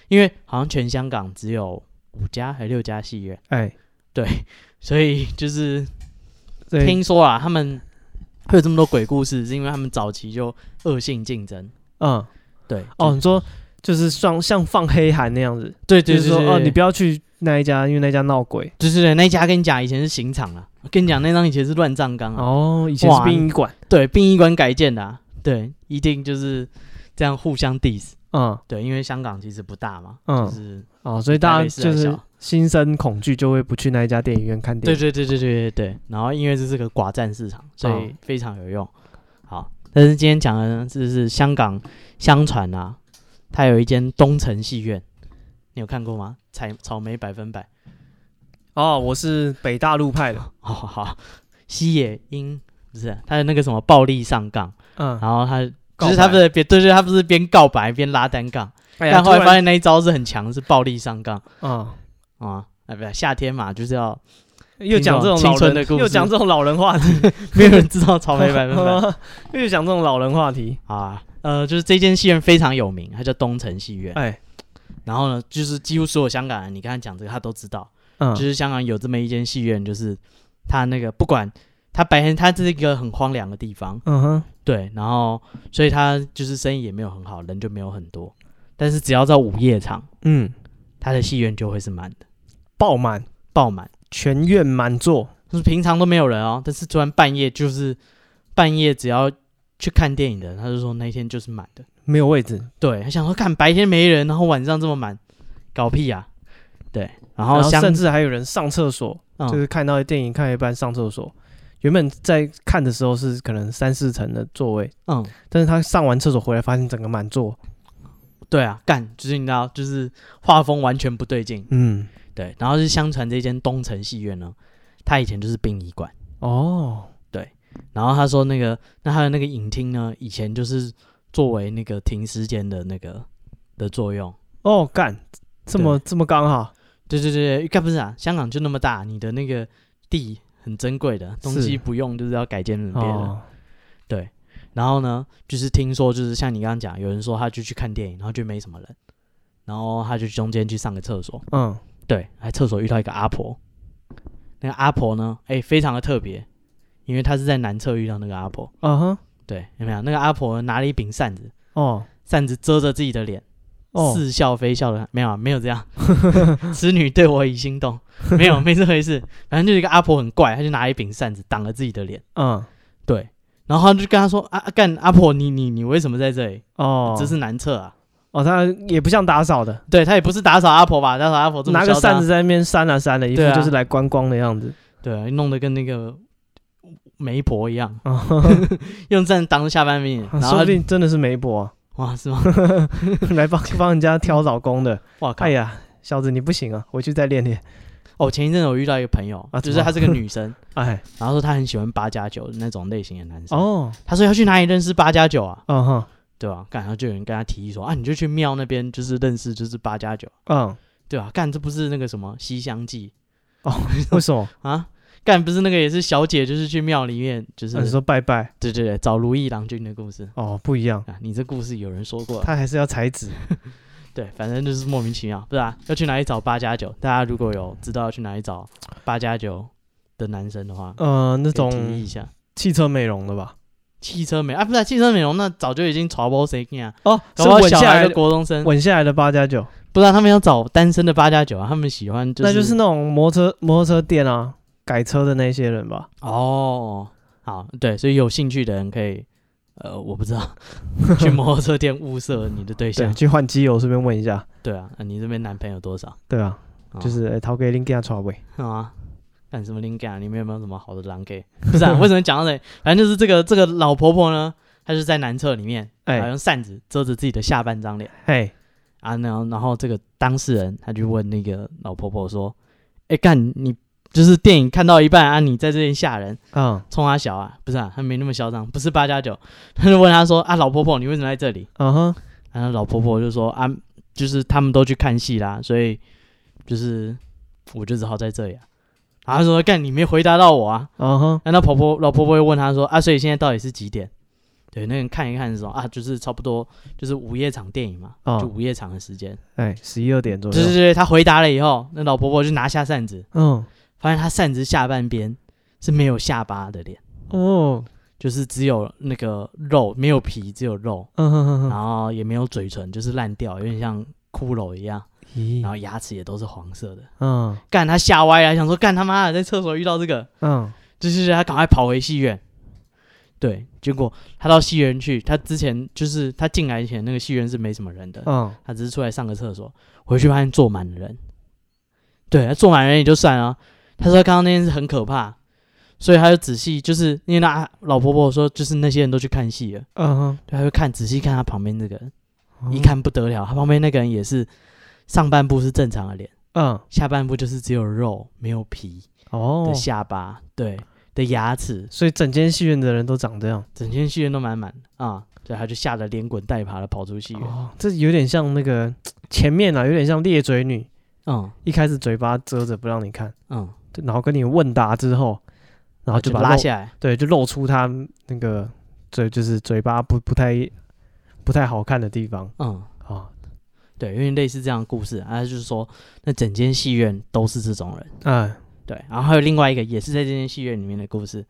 [SPEAKER 2] 因为好像全香港只有五家还六家戏院，
[SPEAKER 1] 哎，
[SPEAKER 2] 对，所以就是
[SPEAKER 1] 所以
[SPEAKER 2] 听说啊，他们会有这么多鬼故事，是因为他们早期就恶性竞争。
[SPEAKER 1] 嗯，
[SPEAKER 2] 对，
[SPEAKER 1] 哦，你说就是像像放黑函那样子，
[SPEAKER 2] 对
[SPEAKER 1] 就
[SPEAKER 2] 对
[SPEAKER 1] 是
[SPEAKER 2] 对
[SPEAKER 1] 说
[SPEAKER 2] 对，
[SPEAKER 1] 哦，你不
[SPEAKER 2] 要，
[SPEAKER 1] 要去那一家，因为那一家闹鬼。
[SPEAKER 2] 对对对，那一家跟你讲以前是刑场啊，我跟你讲那张以前是乱葬岗啊，
[SPEAKER 1] 哦，以前是
[SPEAKER 2] 哇
[SPEAKER 1] 殡仪馆，
[SPEAKER 2] 对，殡仪馆改建的、啊，对，一定就是这样互相 diss，
[SPEAKER 1] 嗯
[SPEAKER 2] 对，因为香港其实不大嘛，
[SPEAKER 1] 嗯
[SPEAKER 2] 就是
[SPEAKER 1] 哦，所以大
[SPEAKER 2] 台
[SPEAKER 1] 家
[SPEAKER 2] 北市
[SPEAKER 1] 就
[SPEAKER 2] 还
[SPEAKER 1] 是
[SPEAKER 2] 小
[SPEAKER 1] 心生恐惧，就会不去那一家电影院看电
[SPEAKER 2] 对
[SPEAKER 1] 影。
[SPEAKER 2] 对对对对对对，然后因为这是个寡占市场，所
[SPEAKER 1] 哦
[SPEAKER 2] 以非常有用。好，但是今天讲的呢，就是香港相传啊，它有一间东城戏院，你有看过吗？采草莓百分百， <laughs>
[SPEAKER 1] 哦，我是北大陆派的，
[SPEAKER 2] 好好好，西野英不是他的那个什么暴力上杠，
[SPEAKER 1] 嗯，
[SPEAKER 2] 然后他
[SPEAKER 1] 告
[SPEAKER 2] 就是他
[SPEAKER 1] 白
[SPEAKER 2] 不是边对对，他不是边告白边拉单杠，
[SPEAKER 1] 哎呀
[SPEAKER 2] 但后来
[SPEAKER 1] 突然
[SPEAKER 2] 发现那一招是很强，是暴力上杠
[SPEAKER 1] 嗯，
[SPEAKER 2] 啊。哎，不是夏天嘛，就
[SPEAKER 1] <laughs>
[SPEAKER 2] 是要
[SPEAKER 1] 又讲这种
[SPEAKER 2] 青
[SPEAKER 1] 老
[SPEAKER 2] 春的
[SPEAKER 1] 人，
[SPEAKER 2] 故事哦
[SPEAKER 1] 又讲这种老人话题，
[SPEAKER 2] 没有人知道草莓百
[SPEAKER 1] <laughs>
[SPEAKER 2] 分百，
[SPEAKER 1] 又讲这种老人话题，
[SPEAKER 2] 啊，呃，就是这间戏院非常有名，它叫东城戏院。
[SPEAKER 1] 哎，
[SPEAKER 2] 然后呢，就是几乎所有香港人，你刚才讲这个，他都知道，
[SPEAKER 1] 嗯，
[SPEAKER 2] 就是香港有这么一间戏院，就是他那个不管他白天，他是一个很荒凉的地方，
[SPEAKER 1] 嗯哼，
[SPEAKER 2] 对，然后所以他就是生意也没有很好，人就没有很多，但是只要到午夜场，
[SPEAKER 1] 嗯，
[SPEAKER 2] 他的戏院就会是满的，
[SPEAKER 1] 爆满，
[SPEAKER 2] 爆满，
[SPEAKER 1] 全院满座，
[SPEAKER 2] 就是平常都没有人哦，但是突然半夜就是半夜只要去看电影的人，他就说那一天就是满的。
[SPEAKER 1] 没有位置，
[SPEAKER 2] 对，他想说看白天没人，然后晚上这么满，搞屁啊！对，然后
[SPEAKER 1] 然后
[SPEAKER 2] 香
[SPEAKER 1] 甚至还有人上厕所，
[SPEAKER 2] 嗯
[SPEAKER 1] 就是看到电影看一半上厕所，原本在看的时候是可能三四层的座位，
[SPEAKER 2] 嗯，
[SPEAKER 1] 但是他上完厕所回来发现整个满座，
[SPEAKER 2] 对啊，干就是你知道，就是画风完全不对劲。
[SPEAKER 1] 嗯，
[SPEAKER 2] 对，然后是相传这间东城戏院呢，它以前就是殡仪馆，
[SPEAKER 1] 哦，
[SPEAKER 2] 然后他说那个那他的那个影厅呢，以前就是作为那个停尸间的那个的作用。
[SPEAKER 1] 哦，干，这么这么刚好，
[SPEAKER 2] 对对对，对干不是啊，香港就那么大，你的那个地很珍贵的东
[SPEAKER 1] 是
[SPEAKER 2] 西不用，就是要改建别人。
[SPEAKER 1] 哦，
[SPEAKER 2] 然后呢，就是听说就是像你刚刚讲，有人说他就去看电影，然后就没什么人，然后他就中间去上个厕所，
[SPEAKER 1] 嗯，
[SPEAKER 2] 对，还厕所遇到一个阿婆，那个阿婆呢，哎，非常的特别，因为他是在南侧遇到那个阿婆，
[SPEAKER 1] 啊哈，
[SPEAKER 2] 对，有没有？那个阿婆拿了一柄扇子，
[SPEAKER 1] 哦，
[SPEAKER 2] 扇子遮着自己的脸，
[SPEAKER 1] 哦，
[SPEAKER 2] 似笑非笑的，没有啊没有这样， <laughs> 此女对我已
[SPEAKER 1] <laughs>
[SPEAKER 2] 心动，没有没这回事，反正就是一个阿婆很怪，她就拿一柄扇子挡了自己的脸，
[SPEAKER 1] 嗯，
[SPEAKER 2] 对，然后他就跟他说啊啊干阿婆你你你为什么在这里？
[SPEAKER 1] 哦，
[SPEAKER 2] 这是男厕啊。
[SPEAKER 1] 哦，他也不像打扫的，
[SPEAKER 2] 对他也不是打扫阿婆吧？打扫阿婆这么
[SPEAKER 1] 拿个
[SPEAKER 2] 嚣张
[SPEAKER 1] 扇子，在那边扇啊扇的，一副
[SPEAKER 2] 对啊
[SPEAKER 1] 就是来观光的样子。
[SPEAKER 2] 对，弄得跟那个媒婆一样， <laughs>
[SPEAKER 1] 啊，
[SPEAKER 2] 用扇子挡住下半面，然
[SPEAKER 1] <laughs> 说
[SPEAKER 2] 后
[SPEAKER 1] 不定真的是媒婆啊、
[SPEAKER 2] <laughs> 哇是吗？
[SPEAKER 1] 来帮帮人家挑老公的。
[SPEAKER 2] 哇 <laughs> 靠！
[SPEAKER 1] 哎呀，小子你不行啊，回去再练练。
[SPEAKER 2] 哦，前一阵子我遇到一个朋友，
[SPEAKER 1] 啊
[SPEAKER 2] 就
[SPEAKER 1] 怎
[SPEAKER 2] 是
[SPEAKER 1] 么
[SPEAKER 2] 她是个女生，
[SPEAKER 1] 哎，
[SPEAKER 2] 然后说她很喜欢八加九那种类型的男生。
[SPEAKER 1] 哦，
[SPEAKER 2] 她说要去哪里认识八加九啊？
[SPEAKER 1] 嗯哼，
[SPEAKER 2] 对吧、干，然后就有人跟她提议说啊，你就去庙那边，就是认识就是八加九， <laughs>
[SPEAKER 1] 嗯，
[SPEAKER 2] 对吧、干，这不是那个什么《西厢记
[SPEAKER 1] 为什么？》
[SPEAKER 2] 啊？干，不是那个也是小姐，就是去庙里面，就是、
[SPEAKER 1] 啊 <laughs> 你说拜拜？
[SPEAKER 2] 对对对，找如意郎君的故事。
[SPEAKER 1] 哦，不一样，
[SPEAKER 2] 啊，你这故事有人说过了，
[SPEAKER 1] 他还是要裁纸。
[SPEAKER 2] 对，反正就是莫名其妙，不是啊？要去哪里找八加九？大家如果有知道要去哪里找八加九的男生的话，
[SPEAKER 1] 呃，那
[SPEAKER 2] 那
[SPEAKER 1] 种
[SPEAKER 2] 提议一下。
[SPEAKER 1] 汽车美容的吧？
[SPEAKER 2] 汽车美啊，不是啊、汽车美容，那早就已经潮包谁干啊？
[SPEAKER 1] 哦，是
[SPEAKER 2] 搞不好
[SPEAKER 1] 稳
[SPEAKER 2] 小
[SPEAKER 1] 下
[SPEAKER 2] 孩
[SPEAKER 1] 来
[SPEAKER 2] 的
[SPEAKER 1] 的，
[SPEAKER 2] 国中生，
[SPEAKER 1] 稳下来的八加九，
[SPEAKER 2] 不知道、他们要找单身的八加九啊，他们喜欢就是
[SPEAKER 1] 那就是那种摩托车摩托车店啊，改车的那些人吧。
[SPEAKER 2] 哦，好对，所以有兴趣的人可以，呃，我不知道 <laughs> 去摩托车店物色你的对
[SPEAKER 1] 对，
[SPEAKER 2] 象，
[SPEAKER 1] 去换机油，顺便问一下。
[SPEAKER 2] 对啊，啊你这边男朋友多少？
[SPEAKER 1] 对啊，
[SPEAKER 2] 哦
[SPEAKER 1] 就是哎陶给林给他传位。
[SPEAKER 2] 啊，干什么灵感？你们有没有什么好的狼 gay？不 <laughs> 是啊，为什么讲到这里？反正就是这个这个老婆婆呢，她就在男厕里面，
[SPEAKER 1] 哎
[SPEAKER 2] 然后用扇子遮着自己的下半张脸
[SPEAKER 1] 嘿，
[SPEAKER 2] 啊，然后然后这个当事人他就问那个老婆婆说：“哎、干你就是电影看到一半啊，你在这边吓人，
[SPEAKER 1] 嗯
[SPEAKER 2] 冲他小啊？不是啊，他没那么嚣张，不是八加九。” <laughs> 他就问他说：“啊，老婆婆，你为什么在这里
[SPEAKER 1] 嗯哼，？”
[SPEAKER 2] 然后老婆婆就说：“啊，就是他们都去看戏啦，所以就是我就只好在这里啊。”然后他说：“干，你没回答到我啊。”
[SPEAKER 1] 嗯哼，
[SPEAKER 2] 那那婆婆老婆婆又问他说啊，所以现在到底是几点？对，那人看一看的时候啊，就是差不多就是午夜场电影嘛，
[SPEAKER 1] 哦
[SPEAKER 2] 就午夜场的时间。
[SPEAKER 1] 哎，十一二点左右。
[SPEAKER 2] 对对对，他回答了以后，那老婆婆就拿下扇子，
[SPEAKER 1] 嗯，
[SPEAKER 2] 发现她扇子下半边是没有下巴的脸，
[SPEAKER 1] 哦，
[SPEAKER 2] 就是只有那个肉，没有皮，只有肉，
[SPEAKER 1] 嗯哼哼
[SPEAKER 2] 然
[SPEAKER 1] 哼，
[SPEAKER 2] 后也没有嘴唇，就是烂掉，有点像骷髅一样，然后
[SPEAKER 1] 咦，
[SPEAKER 2] 牙齿也都是黄色的。
[SPEAKER 1] 嗯
[SPEAKER 2] 干他吓歪了，想说干他妈的在厕所遇到这个，
[SPEAKER 1] 嗯，
[SPEAKER 2] 就是他赶快跑回戏院。对，结果他到戏院去，他之前就是他进来前那个戏院是没什么人的，
[SPEAKER 1] 嗯，
[SPEAKER 2] 他只是出来上个厕所，回去发现坐满了人。对，他坐满人也就算了，他说刚刚那件事很可怕，所以他就仔细就是因为他老婆婆说就是那些人都去看戏了，
[SPEAKER 1] 嗯哼，
[SPEAKER 2] 对，他就看仔细看他旁边那个人，
[SPEAKER 1] 嗯
[SPEAKER 2] 一，看不得了，他旁边那个人也是上半部是正常的脸，
[SPEAKER 1] 嗯，
[SPEAKER 2] 下半部就是只有肉没有皮
[SPEAKER 1] 哦
[SPEAKER 2] 的，下巴，对的牙齿，
[SPEAKER 1] 所以整间戏院的人都长这样，
[SPEAKER 2] 整间戏院都满满啊，所以他就吓得连滚带爬的跑出戏院，
[SPEAKER 1] 哦，这有点像那个前面啊，有点像裂嘴女，
[SPEAKER 2] 嗯
[SPEAKER 1] 一开始嘴巴遮着不让你看，
[SPEAKER 2] 嗯，
[SPEAKER 1] 对然后跟你问答之后，然后啊就
[SPEAKER 2] 就
[SPEAKER 1] 把
[SPEAKER 2] 拉
[SPEAKER 1] 肉，
[SPEAKER 2] 下来，
[SPEAKER 1] 对，就露出他那个嘴，就是嘴巴不不太不太好看的地方
[SPEAKER 2] 嗯。
[SPEAKER 1] 啊
[SPEAKER 2] 对，因为类似这样的故事，啊，就是说，那整间戏院都是这种人。
[SPEAKER 1] 嗯
[SPEAKER 2] 对，然后还有另外一个也是在这间戏院里面的故事，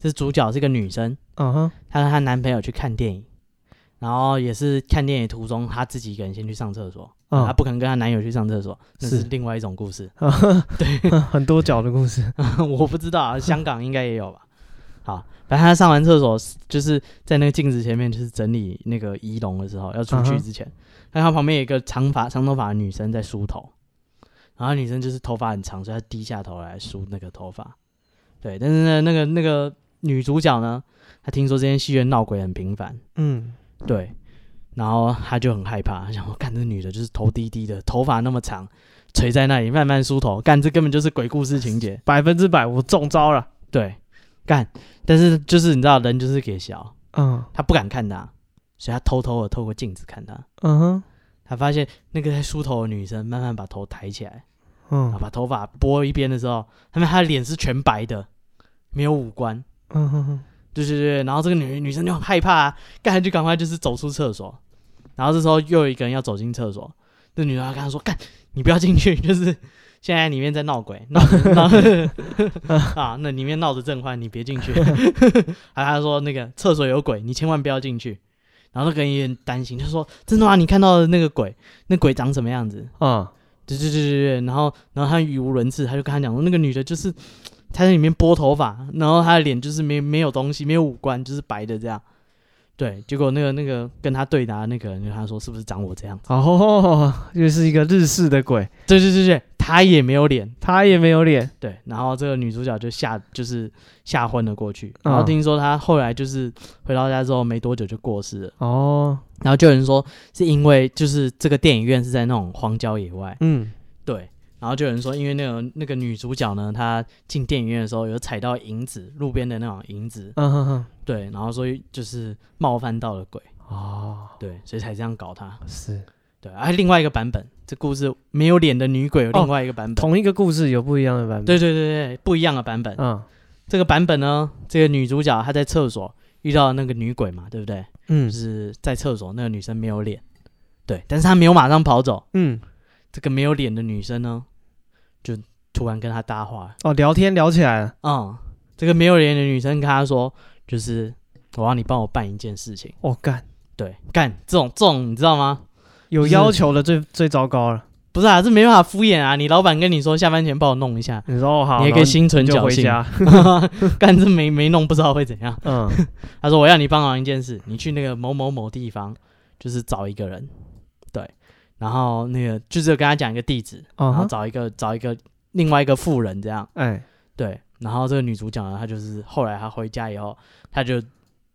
[SPEAKER 2] 这主角是个女生，
[SPEAKER 1] 嗯哼，
[SPEAKER 2] 她跟她男朋友去看电影，然后也是看电影途中，她自己一个人先去上厕所，
[SPEAKER 1] 嗯
[SPEAKER 2] 她不肯跟她男友去上厕所，那是
[SPEAKER 1] 是
[SPEAKER 2] 另外一种故事。
[SPEAKER 1] <laughs>
[SPEAKER 2] <laughs>
[SPEAKER 1] 对，啊很多角的故事，
[SPEAKER 2] 我不知道啊，香港应该也有吧。好，反正他上完厕所，就是在那个镜子前面，就是整理那个仪容的时候，要出
[SPEAKER 1] 嗯
[SPEAKER 2] 去
[SPEAKER 1] 哼
[SPEAKER 2] 之前，看、他旁边有一个长发、长头发的女生在梳头，然后女生就是头发很长，所以她低下头来梳那个头发。对，但是呢，那个那个女主角呢，她听说这间戏院闹鬼很频繁，
[SPEAKER 1] 嗯
[SPEAKER 2] 对，然后她就很害怕，她想说，干这女的就是头低低的，头发那么长，垂在那里慢慢梳头，干这根本就是鬼故事
[SPEAKER 1] <laughs>
[SPEAKER 2] 情节。
[SPEAKER 1] 百分之百我中招了，
[SPEAKER 2] 对，干，但是就是你知道，人就是给小，
[SPEAKER 1] 嗯
[SPEAKER 2] 他不敢看他，所以他偷偷的透过镜子看他。
[SPEAKER 1] 嗯哼
[SPEAKER 2] 他发现那个在梳头的女生慢慢把头抬起来，然
[SPEAKER 1] 嗯
[SPEAKER 2] 后把头发拨一边的时候，他们她的脸是全白的，没有五官。
[SPEAKER 1] 嗯哼哼，
[SPEAKER 2] 对对对，然后这个女女生就很害怕、啊，干她就赶快就是走出厕所，然后这时候又有一个人要走进厕所，那女的跟他说：“干，你不要进去， <laughs> 就是现在里面在闹鬼，闹 <laughs> 闹啊，那里面闹得正欢，你别进去。” <laughs> 还他说那个厕所有鬼，你千万不要进去。然后那个人也很担心，就说：“真的吗？你看到的那个鬼，那鬼长什么样子？”
[SPEAKER 1] 嗯
[SPEAKER 2] 对对对对对，然后然后他语无伦次，他就跟他讲说，那个女的就是她在里面拨头发，然后她的脸就是没没有东西，没有五官，就是白的这样。对，结果那个那个跟他对答的那个人就跟他说，是不是长我这样子？
[SPEAKER 1] 哦，又是一个日式的鬼，
[SPEAKER 2] 对对对对，他也没有脸。
[SPEAKER 1] 他也没有脸，
[SPEAKER 2] 对，然后这个女主角就吓就是吓昏了过去，
[SPEAKER 1] 嗯
[SPEAKER 2] 然后听说她后来就是回到家之后没多久就过世了，
[SPEAKER 1] 哦，
[SPEAKER 2] 然后就有人说是因为就是这个电影院是在那种荒郊野外，
[SPEAKER 1] 嗯
[SPEAKER 2] 对，然后就有人说，因为那个那个女主角呢，她进电影院的时候有踩到银子，路边的那种银子，
[SPEAKER 1] 嗯哼哼，
[SPEAKER 2] 对，然后所以就是冒犯到了鬼，
[SPEAKER 1] 哦，
[SPEAKER 2] 对，所以才这样搞她。
[SPEAKER 1] 是。
[SPEAKER 2] 对，而、另外一个版本，这故事没有脸的女鬼有另外一个版本，
[SPEAKER 1] 哦同一个故事有不一样的版本。
[SPEAKER 2] 对，对对对，不一样的版本。
[SPEAKER 1] 嗯
[SPEAKER 2] 这个版本呢，这个女主角她在厕所遇到那个女鬼嘛，对不对？就
[SPEAKER 1] 嗯
[SPEAKER 2] 是在厕所那个女生没有脸，对，但是她没有马上跑走，
[SPEAKER 1] 嗯，
[SPEAKER 2] 这个没有脸的女生呢，就突然跟她搭话了。
[SPEAKER 1] 哦，聊天聊起来了。
[SPEAKER 2] 嗯，这个没有脸的女生跟他说，就是我让你帮我办一件事情。
[SPEAKER 1] 哦，干，
[SPEAKER 2] 对，干这种这种你知道吗？
[SPEAKER 1] 有
[SPEAKER 2] 就是
[SPEAKER 1] 要求的最最糟糕了。
[SPEAKER 2] 不是啊，这没办法敷衍啊！你老板跟你说下班前帮我弄一下，
[SPEAKER 1] 你说哦好，
[SPEAKER 2] 你也可以心存
[SPEAKER 1] 然后你就回
[SPEAKER 2] 侥幸。
[SPEAKER 1] 家。
[SPEAKER 2] <laughs> 干这没没弄不知道会怎样。
[SPEAKER 1] 嗯 <laughs>
[SPEAKER 2] 他说我要你帮忙一件事，你去那个某某某地方，就是找一个人，对，然后那个就是跟他讲一个地址，然
[SPEAKER 1] 嗯
[SPEAKER 2] 后
[SPEAKER 1] 哼，
[SPEAKER 2] 找一个找一个另外一个富人这样。
[SPEAKER 1] 哎，
[SPEAKER 2] 对，然后这个女主角呢，她就是后来她回家以后，她就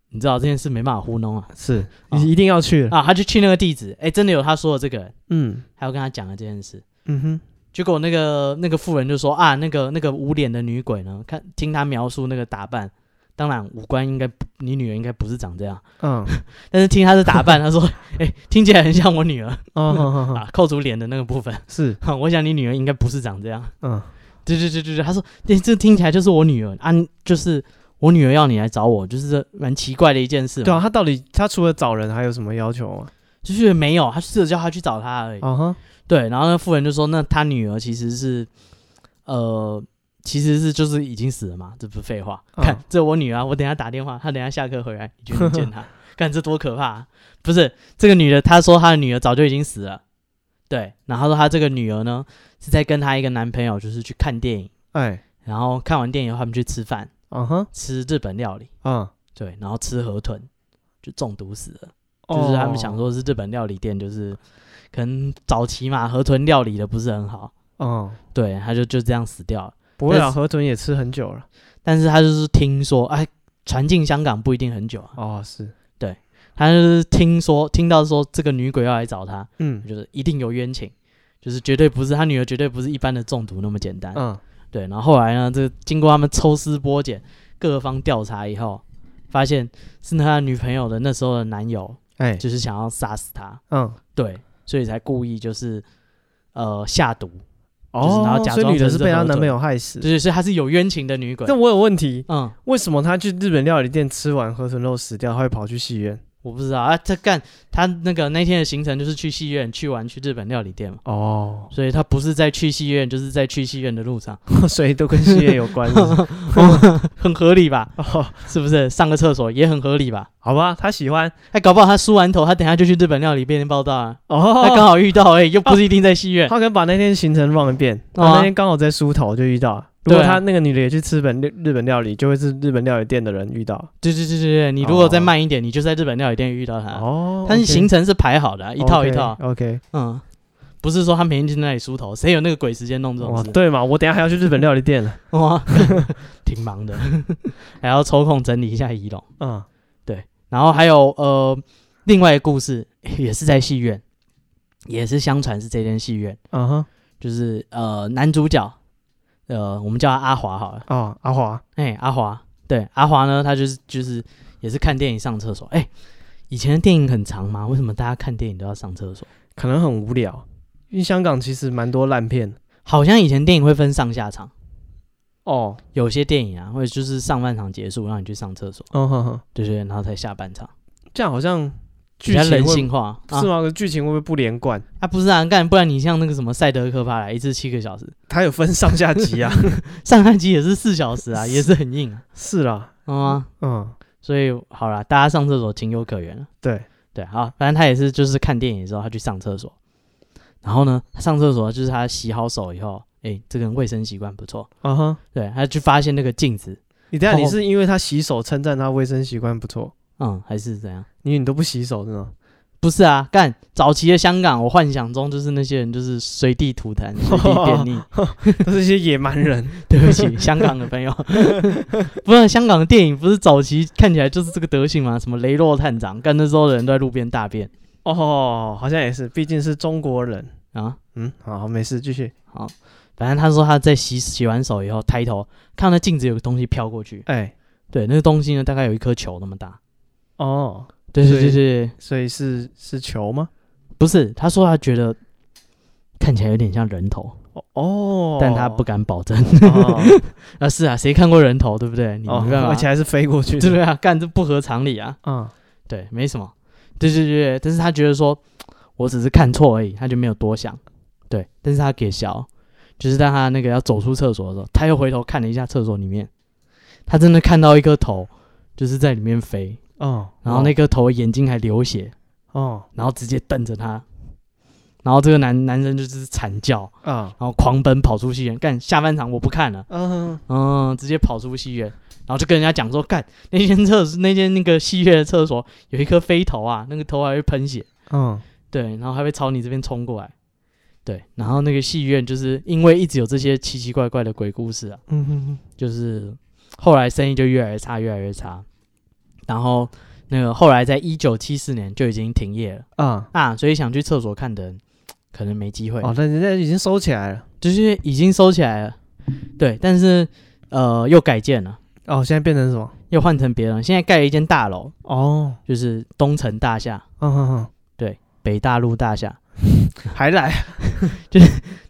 [SPEAKER 2] 你知道这件事没办法糊弄啊
[SPEAKER 1] 是
[SPEAKER 2] 啊
[SPEAKER 1] 你一定要去了。
[SPEAKER 2] 啊，她就去那个地址，哎，真的有她说的这个人，
[SPEAKER 1] 嗯
[SPEAKER 2] 还有跟她讲了这件事。
[SPEAKER 1] 嗯哼，
[SPEAKER 2] 结果那个那个妇人就说啊，那个那个无脸的女鬼呢，看听她描述那个打扮，当然五官应该不你女儿应该不是长这样，
[SPEAKER 1] 嗯， <laughs>
[SPEAKER 2] 但是听她的打扮，她说 <laughs> 哎，听起来很像我女儿
[SPEAKER 1] 哦，好好好，
[SPEAKER 2] 啊，扣除脸的那个部分，
[SPEAKER 1] 是，
[SPEAKER 2] <laughs> 我想你女儿应该不是长这样。
[SPEAKER 1] 嗯
[SPEAKER 2] 对对对对对，他说，对，这听起来就是我女儿啊，就是我女儿要你来找我，就是这蛮奇怪的一件事嘛。
[SPEAKER 1] 对啊，他到底他除了找人还有什么要求吗？
[SPEAKER 2] 就是没有，他试着叫他去找他而已。
[SPEAKER 1] 啊哈，
[SPEAKER 2] 对，然后那妇人就说，那他女儿其实是，呃，其实是就是已经死了嘛，这不是废话。
[SPEAKER 1] 嗯
[SPEAKER 2] 看这我女儿啊，我等一下打电话，她等一下下课回来，你去
[SPEAKER 1] <laughs>
[SPEAKER 2] 见她，看这多可怕、啊！不是这个女的，她说她的女儿早就已经死了，对，然后她说她这个女儿呢是在跟她一个男朋友就是去看电影，
[SPEAKER 1] 哎，
[SPEAKER 2] 然后看完电影后他们去吃饭，
[SPEAKER 1] 嗯哼，
[SPEAKER 2] 吃日本料理，
[SPEAKER 1] 嗯，
[SPEAKER 2] 对，然后吃河豚就中毒死了。
[SPEAKER 1] 哦
[SPEAKER 2] 就是他们想说是日本料理店，就是可能早期嘛，河豚料理的不是很好，
[SPEAKER 1] 哦，嗯，
[SPEAKER 2] 对，他就就这样死掉了。
[SPEAKER 1] 不会
[SPEAKER 2] 但
[SPEAKER 1] 啊，
[SPEAKER 2] 是
[SPEAKER 1] 河豚也吃很久了。
[SPEAKER 2] 但是他就是听说，哎，传进香港不一定很久啊，
[SPEAKER 1] 哦，是，
[SPEAKER 2] 他就是听说听到说这个女鬼要来找他，
[SPEAKER 1] 嗯
[SPEAKER 2] 就是一定有冤情，就是绝对不是他女儿，绝对不是一般的中毒那么简单。
[SPEAKER 1] 嗯，
[SPEAKER 2] 对，然后后来呢，这经过他们抽丝剥茧、各方调查以后，发现是他女朋友的那时候的男友，
[SPEAKER 1] 哎，
[SPEAKER 2] 就是想要杀死他。
[SPEAKER 1] 嗯，
[SPEAKER 2] 对，所以才故意就是呃下毒，
[SPEAKER 1] 哦，
[SPEAKER 2] 然后假
[SPEAKER 1] 所以
[SPEAKER 2] 装
[SPEAKER 1] 女的
[SPEAKER 2] 成
[SPEAKER 1] 是
[SPEAKER 2] 是
[SPEAKER 1] 被她
[SPEAKER 2] 河
[SPEAKER 1] 男朋
[SPEAKER 2] 豚
[SPEAKER 1] 友害死。
[SPEAKER 2] 对，所以她是有冤情的女鬼。
[SPEAKER 1] 但我有问题，
[SPEAKER 2] 嗯，
[SPEAKER 1] 为什么她去日本料理店吃完河豚肉死掉，她会跑去戏院？
[SPEAKER 2] 我不知道啊，她干她那个那天的行程就是去戏院，去完去日本料理店嘛，
[SPEAKER 1] 哦，
[SPEAKER 2] 所以她不是在去戏院，就是在去戏院的路上，
[SPEAKER 1] <laughs>
[SPEAKER 2] 哦
[SPEAKER 1] 所以都跟戏院有关是不是
[SPEAKER 2] <laughs> 很合理吧？
[SPEAKER 1] 哦，
[SPEAKER 2] 是不是？上个厕所也很合理吧？
[SPEAKER 1] <laughs> 好吧，她喜欢
[SPEAKER 2] 哎，搞不好她梳完头，她等一下就去日本料理店报道啊，她刚
[SPEAKER 1] 哦，
[SPEAKER 2] 好遇到而已，又不是一定在戏院。
[SPEAKER 1] 她可能把那天行程忘一遍，
[SPEAKER 2] 哦
[SPEAKER 1] 然
[SPEAKER 2] 啊
[SPEAKER 1] 后那天刚好在梳头就遇到。如果
[SPEAKER 2] 对啊
[SPEAKER 1] 她那个女的也去吃本日本料理，就会是日本料理店的人遇到。
[SPEAKER 2] 对对对对对，你如果再
[SPEAKER 1] 哦
[SPEAKER 2] 慢一点，你就在日本料理店遇到她。
[SPEAKER 1] 哦，
[SPEAKER 2] 她
[SPEAKER 1] OK
[SPEAKER 2] 是
[SPEAKER 1] 哦
[SPEAKER 2] 行程是排好的啊，一套一套。
[SPEAKER 1] OK，
[SPEAKER 2] 嗯，不是说他每天就在那里梳头，谁有那个鬼时间弄这种
[SPEAKER 1] 哇，
[SPEAKER 2] 事？
[SPEAKER 1] 对嘛，我等一下还要去日本料理店了。
[SPEAKER 2] 哇，挺忙的，还要抽空整理一下仪容。
[SPEAKER 1] 嗯，
[SPEAKER 2] 然后还有呃，另外一个故事也是在戏院，也是相传是这间戏院，
[SPEAKER 1] 嗯哼，
[SPEAKER 2] 就是呃男主角，呃我们叫他阿华好了，
[SPEAKER 1] 哦，阿华，
[SPEAKER 2] 哎、阿华，对阿华呢，他就是就是也是看电影上厕所，哎、以前的电影很长嘛，为什么大家看电影都要上厕所？
[SPEAKER 1] 可能很无聊，因为香港其实蛮多烂片。
[SPEAKER 2] 好像以前电影会分上下场。
[SPEAKER 1] 哦，
[SPEAKER 2] 有些电影啊，或者就是上半场结束，让你去上厕所，
[SPEAKER 1] 嗯哼哼，
[SPEAKER 2] 对对，对然后才下半场，
[SPEAKER 1] 这样好像
[SPEAKER 2] 比
[SPEAKER 1] 剧
[SPEAKER 2] 较
[SPEAKER 1] 情
[SPEAKER 2] 人
[SPEAKER 1] 会
[SPEAKER 2] 性化啊
[SPEAKER 1] 是吗？剧情会不会不连贯？
[SPEAKER 2] 啊，不是啊，干，不然你像那个什么赛德克巴莱，一次七个小时，
[SPEAKER 1] 它有分上 <laughs> 下集啊。
[SPEAKER 2] 上半集也是四小时
[SPEAKER 1] <laughs>
[SPEAKER 2] 啊，也是很硬啊，
[SPEAKER 1] 是啦，
[SPEAKER 2] 嗯啊，
[SPEAKER 1] 嗯，
[SPEAKER 2] 所以好啦，大家上厕所情有可原了，
[SPEAKER 1] 对，
[SPEAKER 2] 对，好，反正他也是就是看电影的时候他去上厕所，然后呢，他上厕所就是他洗好手以后，哎，这个人卫生习惯不错，
[SPEAKER 1] 啊哈。
[SPEAKER 2] 对，他去发现那个镜子，
[SPEAKER 1] 你等一下
[SPEAKER 2] 哦
[SPEAKER 1] 你是因为他洗手称赞他卫生习惯不错，
[SPEAKER 2] 嗯，还是怎样？
[SPEAKER 1] 因为你都不洗手是 <laughs> 吗？
[SPEAKER 2] 不是啊，干早期的香港，我幻想中就是那些人就是随地吐痰、随地便溺。
[SPEAKER 1] 都是一些野蛮人。
[SPEAKER 2] 对不起，香港的朋友， <laughs> 不是香港的电影，不是早期看起来就是这个德性吗？什么雷洛探长，干那时候的人都在路边大便
[SPEAKER 1] 哦，好像也是，毕竟是中国人。
[SPEAKER 2] 啊。
[SPEAKER 1] 嗯，好，没事，继续。
[SPEAKER 2] 好，反正他说他在洗洗完手以后，抬头看到镜子有个东西飘过去，
[SPEAKER 1] 哎，
[SPEAKER 2] 对，那个东西呢大概有一颗球那么大。
[SPEAKER 1] 哦，
[SPEAKER 2] 对对对
[SPEAKER 1] 所
[SPEAKER 2] 对，
[SPEAKER 1] 所以是是球吗？
[SPEAKER 2] 不是，他说他觉得看起来有点像人头，
[SPEAKER 1] 哦，
[SPEAKER 2] 但他不敢保证。 <laughs>
[SPEAKER 1] 哦，
[SPEAKER 2] 啊，是啊，谁看过人头，对不对？你
[SPEAKER 1] 哦
[SPEAKER 2] 没办法，
[SPEAKER 1] 而且还是飞过去
[SPEAKER 2] 对
[SPEAKER 1] 的。
[SPEAKER 2] 对啊，干这不合常理啊。
[SPEAKER 1] 嗯，
[SPEAKER 2] 对，没什么。对对对，对但是他觉得说我只是看错而已，他就没有多想。对，但是他给小，就是当他那个要走出厕所的时候，他又回头看了一下厕所里面，他真的看到一颗头，就是在里面飞，
[SPEAKER 1] 哦，
[SPEAKER 2] 然后那颗头眼睛还流血，
[SPEAKER 1] 哦
[SPEAKER 2] 然后直接瞪着他，然后这个男男生就是惨叫，
[SPEAKER 1] 啊，
[SPEAKER 2] 然后狂奔跑出戏院，干下半场我不看了。
[SPEAKER 1] 嗯，
[SPEAKER 2] 嗯，直接跑出戏院，然后就跟人家讲说，干那间厕那间那个戏院的厕所有一颗飞头啊，那个头还会喷血，
[SPEAKER 1] 嗯，
[SPEAKER 2] 对，然后还会朝你这边冲过来，对，然后那个戏院就是因为一直有这些奇奇怪怪的鬼故事啊，
[SPEAKER 1] 嗯哼
[SPEAKER 2] 就是后来生意就越来越差，越来越差，然后那个后来在一九七四年就已经停业了
[SPEAKER 1] 哼，啊，
[SPEAKER 2] 啊，所以想去厕所看的人可能没机会
[SPEAKER 1] 哦，但人家已经收起来了，
[SPEAKER 2] 就是已经收起来了，对，但是呃又改建了。
[SPEAKER 1] 哦，现在变成什么？
[SPEAKER 2] 又换成别人，现在盖了一间大楼，
[SPEAKER 1] 哦，
[SPEAKER 2] 就是东城大厦、
[SPEAKER 1] 嗯哼哼，
[SPEAKER 2] 北大陆大厦。
[SPEAKER 1] 还来，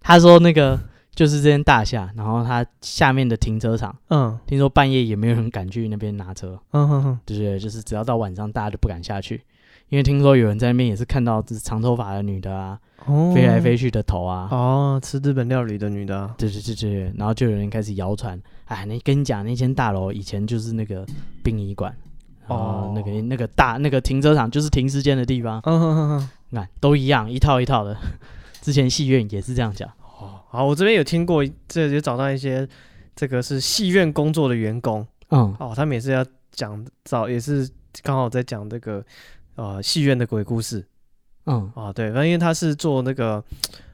[SPEAKER 2] 他说那个就是这间大厦，然后他下面的停车场，
[SPEAKER 1] 嗯
[SPEAKER 2] 听说半夜也没有人敢去那边拿车，
[SPEAKER 1] 嗯哼哼，
[SPEAKER 2] 对不对？就是只要到晚上，大家就不敢下去，因为听说有人在那边也是看到这长头发的女的啊，
[SPEAKER 1] 哦
[SPEAKER 2] 飞来飞去的头啊，
[SPEAKER 1] 哦，吃日本料理的女的啊，
[SPEAKER 2] 对对对对，对然后就有人开始谣传，哎，那跟你讲，那间大楼以前就是那个殡仪馆，哦
[SPEAKER 1] 哦，
[SPEAKER 2] 那个那个大那个停车场就是停尸间的地方，
[SPEAKER 1] 嗯哼哼哼，
[SPEAKER 2] 你看都一样，一套一套的。 <laughs> 之前戏院也是这样讲，
[SPEAKER 1] 哦好，我这边有听过，这也找到一些这个是戏院工作的员工
[SPEAKER 2] 嗯，
[SPEAKER 1] 哦，他们也是要讲找，也是刚好在讲这个呃戏院的鬼故事
[SPEAKER 2] 嗯，
[SPEAKER 1] 啊、哦，对，反正因为他是做那个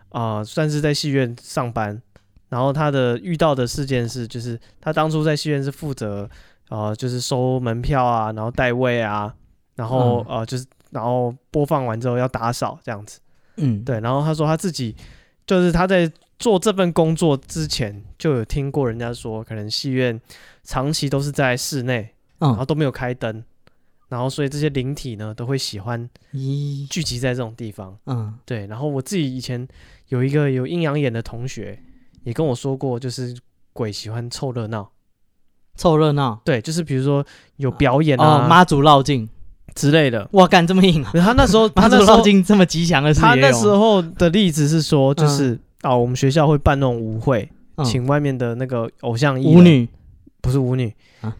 [SPEAKER 1] 啊、呃算是在戏院上班，然后他的遇到的事件是，就是他当初在戏院是负责呃就是收门票啊，然后代位啊，然后、呃就是然后播放完之后要打扫这样子。
[SPEAKER 2] 嗯，，
[SPEAKER 1] 对，然后他说他自己就是他在做这份工作之前就有听过人家说，可能戏院长期都是在室内，然后
[SPEAKER 2] 嗯，
[SPEAKER 1] 都没有开灯，然后所以这些灵体呢都会喜欢
[SPEAKER 2] 一，
[SPEAKER 1] 聚集在这种地方。
[SPEAKER 2] 嗯，
[SPEAKER 1] 对，然后我自己以前有一个有阴阳眼的同学也跟我说过，就是鬼喜欢凑热闹。
[SPEAKER 2] 凑热闹，
[SPEAKER 1] 对，就是比如说有表演
[SPEAKER 2] 哦，
[SPEAKER 1] 啊、
[SPEAKER 2] 妈祖绕境，
[SPEAKER 1] 之类的。
[SPEAKER 2] 哇，干这么硬 <laughs> 啊！
[SPEAKER 1] 然后他那时候，他
[SPEAKER 2] 妈祖
[SPEAKER 1] 那时
[SPEAKER 2] 绕
[SPEAKER 1] 候
[SPEAKER 2] 境这么吉祥的事
[SPEAKER 1] 他
[SPEAKER 2] 也
[SPEAKER 1] 那
[SPEAKER 2] 有
[SPEAKER 1] 时候的例子是说，就是啊、我们学校会办那种舞会，
[SPEAKER 2] 嗯
[SPEAKER 1] 请外面的那个偶像艺人
[SPEAKER 2] 舞，女，
[SPEAKER 1] 不是舞女，
[SPEAKER 2] 啊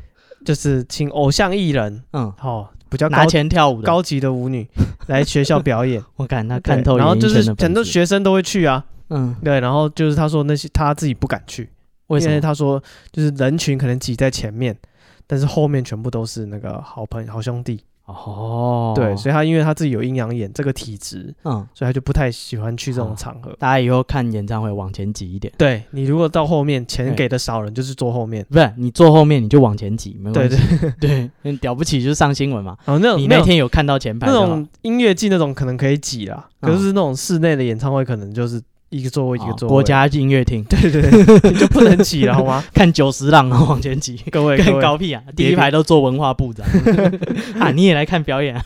[SPEAKER 1] 就是请偶像艺人，
[SPEAKER 2] 嗯，
[SPEAKER 1] 哦，比较高
[SPEAKER 2] 拿钱跳舞的，
[SPEAKER 1] 高级的舞女来学校表演，
[SPEAKER 2] 我感他
[SPEAKER 1] 对
[SPEAKER 2] <laughs> 看透
[SPEAKER 1] 然后
[SPEAKER 2] 演艺
[SPEAKER 1] 就是
[SPEAKER 2] 圈的本
[SPEAKER 1] 很多
[SPEAKER 2] 质，
[SPEAKER 1] 学生都会去啊，
[SPEAKER 2] 嗯，
[SPEAKER 1] 对，然后就是他说那些他自己不敢去，
[SPEAKER 2] 为什
[SPEAKER 1] 因为
[SPEAKER 2] 么？
[SPEAKER 1] 他说就是人群可能挤在前面，但是后面全部都是那个好朋友、好兄弟，
[SPEAKER 2] 哦，
[SPEAKER 1] 对，所以他因为他自己有阴阳眼这个体质，
[SPEAKER 2] 嗯，
[SPEAKER 1] 所以他就不太喜欢去这
[SPEAKER 2] 哦
[SPEAKER 1] 种场合。
[SPEAKER 2] 大家以后看演唱会往前挤一点，
[SPEAKER 1] 对你如果到后面钱
[SPEAKER 2] 对
[SPEAKER 1] 给的少人，就是坐后面。
[SPEAKER 2] 不是你坐后面你就往前挤，没
[SPEAKER 1] 对
[SPEAKER 2] 关
[SPEAKER 1] 对
[SPEAKER 2] 系。，对，嗯了不起就是上新闻嘛。
[SPEAKER 1] 哦，那种
[SPEAKER 2] 你
[SPEAKER 1] 那
[SPEAKER 2] 那
[SPEAKER 1] 种
[SPEAKER 2] 天有看到前排
[SPEAKER 1] 那
[SPEAKER 2] 就好
[SPEAKER 1] 种音乐季那种可能可以挤啦，
[SPEAKER 2] 嗯
[SPEAKER 1] 可是那种室内的演唱会可能就是一个座位一个
[SPEAKER 2] 哦
[SPEAKER 1] 座位，
[SPEAKER 2] 国家音乐厅，
[SPEAKER 1] 对对对，你就不能挤了好
[SPEAKER 2] <laughs>
[SPEAKER 1] 吗？
[SPEAKER 2] 看九十浪哦 <laughs> 然后往前挤，
[SPEAKER 1] 各位 <laughs> 各
[SPEAKER 2] 更
[SPEAKER 1] 位，
[SPEAKER 2] 高屁啊！第一排都做文化部长 <laughs> 啊，你也来看表演啊！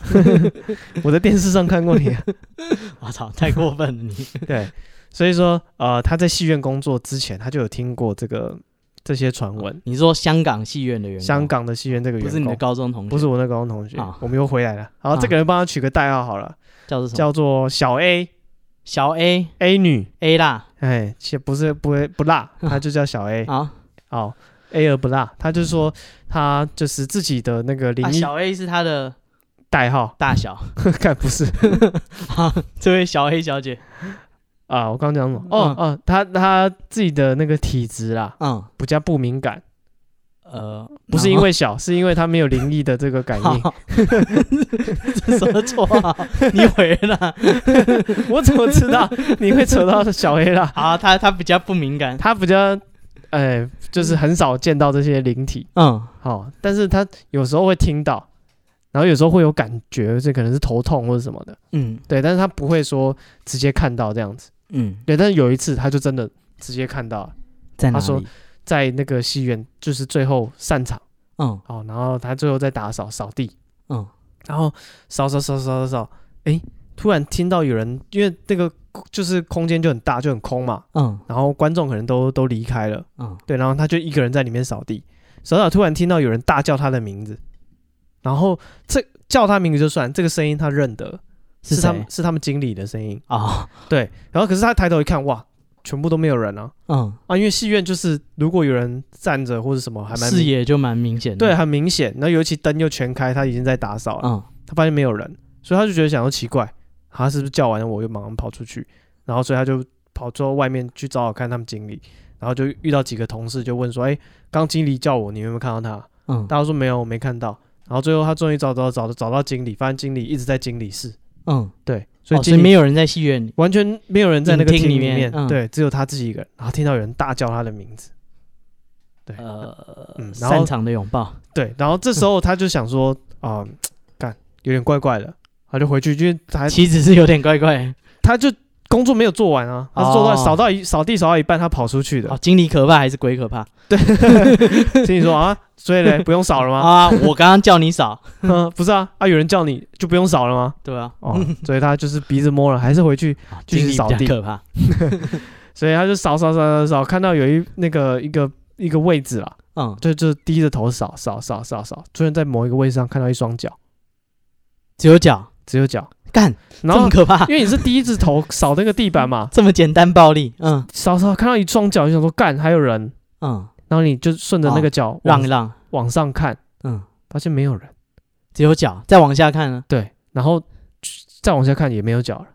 [SPEAKER 2] <laughs>
[SPEAKER 1] 我在电视上看过你啊，
[SPEAKER 2] 我操，太过分了你！
[SPEAKER 1] 对，所以说呃，他在戏院工作之前，他就有听过这个这些传闻，
[SPEAKER 2] <laughs> 你说香港戏院哦的员工，
[SPEAKER 1] 香港的戏院这个
[SPEAKER 2] 不
[SPEAKER 1] 员
[SPEAKER 2] 是你的
[SPEAKER 1] 工。
[SPEAKER 2] 高中同学，
[SPEAKER 1] 不是我那高中同学
[SPEAKER 2] 啊，
[SPEAKER 1] 我们又回来了。然后
[SPEAKER 2] 啊
[SPEAKER 1] 这个人帮他取个代号好了，
[SPEAKER 2] 叫做什么？
[SPEAKER 1] 叫做小 A
[SPEAKER 2] 小 A
[SPEAKER 1] A 女，
[SPEAKER 2] A 啦
[SPEAKER 1] 哎，其实不是不会不辣，他就叫小 A。
[SPEAKER 2] 啊
[SPEAKER 1] 好，A 而不辣，他就说他就是自己的那个灵
[SPEAKER 2] 啊！
[SPEAKER 1] 异
[SPEAKER 2] 小 A 是他的
[SPEAKER 1] 代号， <laughs>
[SPEAKER 2] 大小，
[SPEAKER 1] 看不是
[SPEAKER 2] 好， <laughs> 这位小 A 小姐，
[SPEAKER 1] 啊，我刚讲什么？哦哦，他他自己的那个体质啦，
[SPEAKER 2] 嗯
[SPEAKER 1] 比较不敏感，
[SPEAKER 2] 呃，
[SPEAKER 1] 不是因为小，是因为他没有灵异的这个
[SPEAKER 2] <laughs>
[SPEAKER 1] 感应。
[SPEAKER 2] 好，这什么绰 <laughs> 号？你回了
[SPEAKER 1] <laughs> 我怎么知道你会扯到小 A 啦？
[SPEAKER 2] 啊？他他比较不敏感，
[SPEAKER 1] 他比较，哎，就是很少见到这些灵体，
[SPEAKER 2] 嗯，
[SPEAKER 1] 好、但是他有时候会听到，然后有时候会有感觉，这可能是头痛或者什么的。
[SPEAKER 2] 嗯
[SPEAKER 1] 对，但是他不会说直接看到这样子。
[SPEAKER 2] 嗯，
[SPEAKER 1] 对，但是有一次他就真的直接看到了
[SPEAKER 2] 在哪
[SPEAKER 1] 他说
[SPEAKER 2] 里？
[SPEAKER 1] 在那个戏院，就是最后散场
[SPEAKER 2] 嗯
[SPEAKER 1] 哦，然后他最后在打扫扫地，
[SPEAKER 2] 嗯，
[SPEAKER 1] 然后扫扫扫扫扫扫，诶，突然听到有人，因为那个就是空间就很大，就很空嘛，
[SPEAKER 2] 嗯
[SPEAKER 1] 然后观众可能都都离开了，
[SPEAKER 2] 嗯，
[SPEAKER 1] 对，然后他就一个人在里面扫地，扫扫突然听到有人大叫他的名字，然后这叫他名字就算，这个声音他认得，
[SPEAKER 2] 是
[SPEAKER 1] 他
[SPEAKER 2] 谁
[SPEAKER 1] 们？是他们经理的声音，
[SPEAKER 2] 哦，
[SPEAKER 1] 对，然后可是他抬头一看，哇，全部都没有人啊。
[SPEAKER 2] 嗯，
[SPEAKER 1] 啊，因为戏院就是如果有人站着或者什么，还蛮
[SPEAKER 2] 视野就蛮明显的。
[SPEAKER 1] 对，，很明显。那尤其灯又全开，他已经在打扫了，
[SPEAKER 2] 嗯
[SPEAKER 1] 他发现没有人，所以他就觉得想说奇怪，他是不是叫完我又马上跑出去，然后所以他就跑到外面去找找看他们经理，然后就遇到几个同事就问说，哎、刚经理叫我，你有没有看到他？
[SPEAKER 2] 嗯
[SPEAKER 1] 大家都说没有，我没看到。然后最后他终于找到找到找到经理，发现经理一直在经理室，
[SPEAKER 2] 嗯，
[SPEAKER 1] 对，所
[SPEAKER 2] 哦
[SPEAKER 1] 以
[SPEAKER 2] 所以
[SPEAKER 1] 经
[SPEAKER 2] 没
[SPEAKER 1] 理、
[SPEAKER 2] 有人在戏院里。
[SPEAKER 1] 完全没有人在那个
[SPEAKER 2] 影厅
[SPEAKER 1] 厅
[SPEAKER 2] 里
[SPEAKER 1] 里
[SPEAKER 2] 面嗯
[SPEAKER 1] 对，只有他自己一个人，然后听到有人大叫他的名字。对，
[SPEAKER 2] 呃
[SPEAKER 1] 嗯，然后
[SPEAKER 2] 擅长的拥抱，
[SPEAKER 1] 对，然后这时候他就想说，啊、干有点怪怪的，他就回去，因为他
[SPEAKER 2] 其实是有点怪怪。
[SPEAKER 1] 他就工作没有做完啊，他是做到
[SPEAKER 2] 哦
[SPEAKER 1] 扫到一扫地扫到一半，他跑出去
[SPEAKER 2] 哦，
[SPEAKER 1] <laughs>
[SPEAKER 2] <laughs>
[SPEAKER 1] 的。
[SPEAKER 2] 经理可怕还是鬼可怕
[SPEAKER 1] 经理说啊，所以嘞，不用扫了吗？
[SPEAKER 2] 啊？我刚刚叫你扫，
[SPEAKER 1] 嗯， <laughs> 不是啊，啊，有人叫你就不用扫了吗？
[SPEAKER 2] 对吧？
[SPEAKER 1] 哦， <laughs> 所以他就是鼻子摸了，还是回去，
[SPEAKER 2] 啊
[SPEAKER 1] 继
[SPEAKER 2] 经
[SPEAKER 1] 续
[SPEAKER 2] 理比
[SPEAKER 1] 扫
[SPEAKER 2] 较
[SPEAKER 1] 地
[SPEAKER 2] 可怕。
[SPEAKER 1] 所以他就扫扫扫扫扫，看到有一那个一个一个位置啦，
[SPEAKER 2] 嗯，
[SPEAKER 1] 就就低着头扫扫扫扫扫，突然在某一个位置上看到一双脚，
[SPEAKER 2] 只有脚，
[SPEAKER 1] 只有脚，
[SPEAKER 2] 干，这
[SPEAKER 1] 然后
[SPEAKER 2] 么可怕，
[SPEAKER 1] 因为你是第一只头扫那个地板嘛，
[SPEAKER 2] 这么简单暴力，嗯
[SPEAKER 1] 扫扫看到一撞脚就想说干还有人，
[SPEAKER 2] 嗯，
[SPEAKER 1] 然后你就顺着那个脚
[SPEAKER 2] 让
[SPEAKER 1] 往
[SPEAKER 2] 一让，
[SPEAKER 1] 往上看，
[SPEAKER 2] 嗯，
[SPEAKER 1] 发现没有人，
[SPEAKER 2] 只有脚，再往下看呢，
[SPEAKER 1] 对，然后再往下看也没有脚了。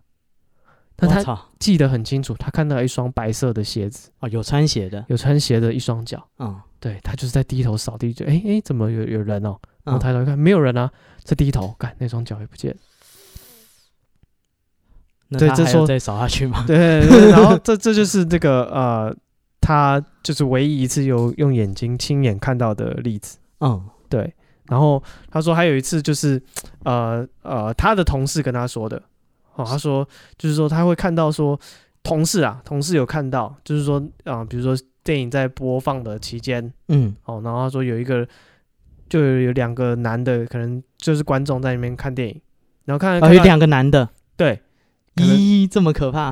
[SPEAKER 2] 我
[SPEAKER 1] 但他
[SPEAKER 2] 操，
[SPEAKER 1] 记得很清楚，他看到一双白色的鞋子，
[SPEAKER 2] 哦，有穿鞋的，
[SPEAKER 1] 有穿鞋的一双脚。
[SPEAKER 2] 嗯，
[SPEAKER 1] 对他就是在低头扫地，就哎哎，诶怎么有有人哦？然后
[SPEAKER 2] 嗯
[SPEAKER 1] 抬头一看，没有人啊，再低头，看那双脚也不
[SPEAKER 2] <laughs>
[SPEAKER 1] 见了。
[SPEAKER 2] 那
[SPEAKER 1] 对
[SPEAKER 2] 他
[SPEAKER 1] 这
[SPEAKER 2] 还
[SPEAKER 1] 时候
[SPEAKER 2] 要再扫下去吗？
[SPEAKER 1] 对，对然后这这就是这个呃，他就是唯一一次有用眼睛亲眼看到的例子。
[SPEAKER 2] 嗯
[SPEAKER 1] 对，然后他说还有一次就是，呃呃，他的同事跟他说的，哦，他说就是说他会看到说同事啊，同事有看到，就是说啊、呃比如说电影在播放的期间，
[SPEAKER 2] 嗯
[SPEAKER 1] 哦，然后他说有一个就有有两个男的，可能就是观众在那边看电影，然后看
[SPEAKER 2] 哦，
[SPEAKER 1] 看
[SPEAKER 2] 有
[SPEAKER 1] 到
[SPEAKER 2] 两个男的，
[SPEAKER 1] 对，可能
[SPEAKER 2] 咦，这么可怕？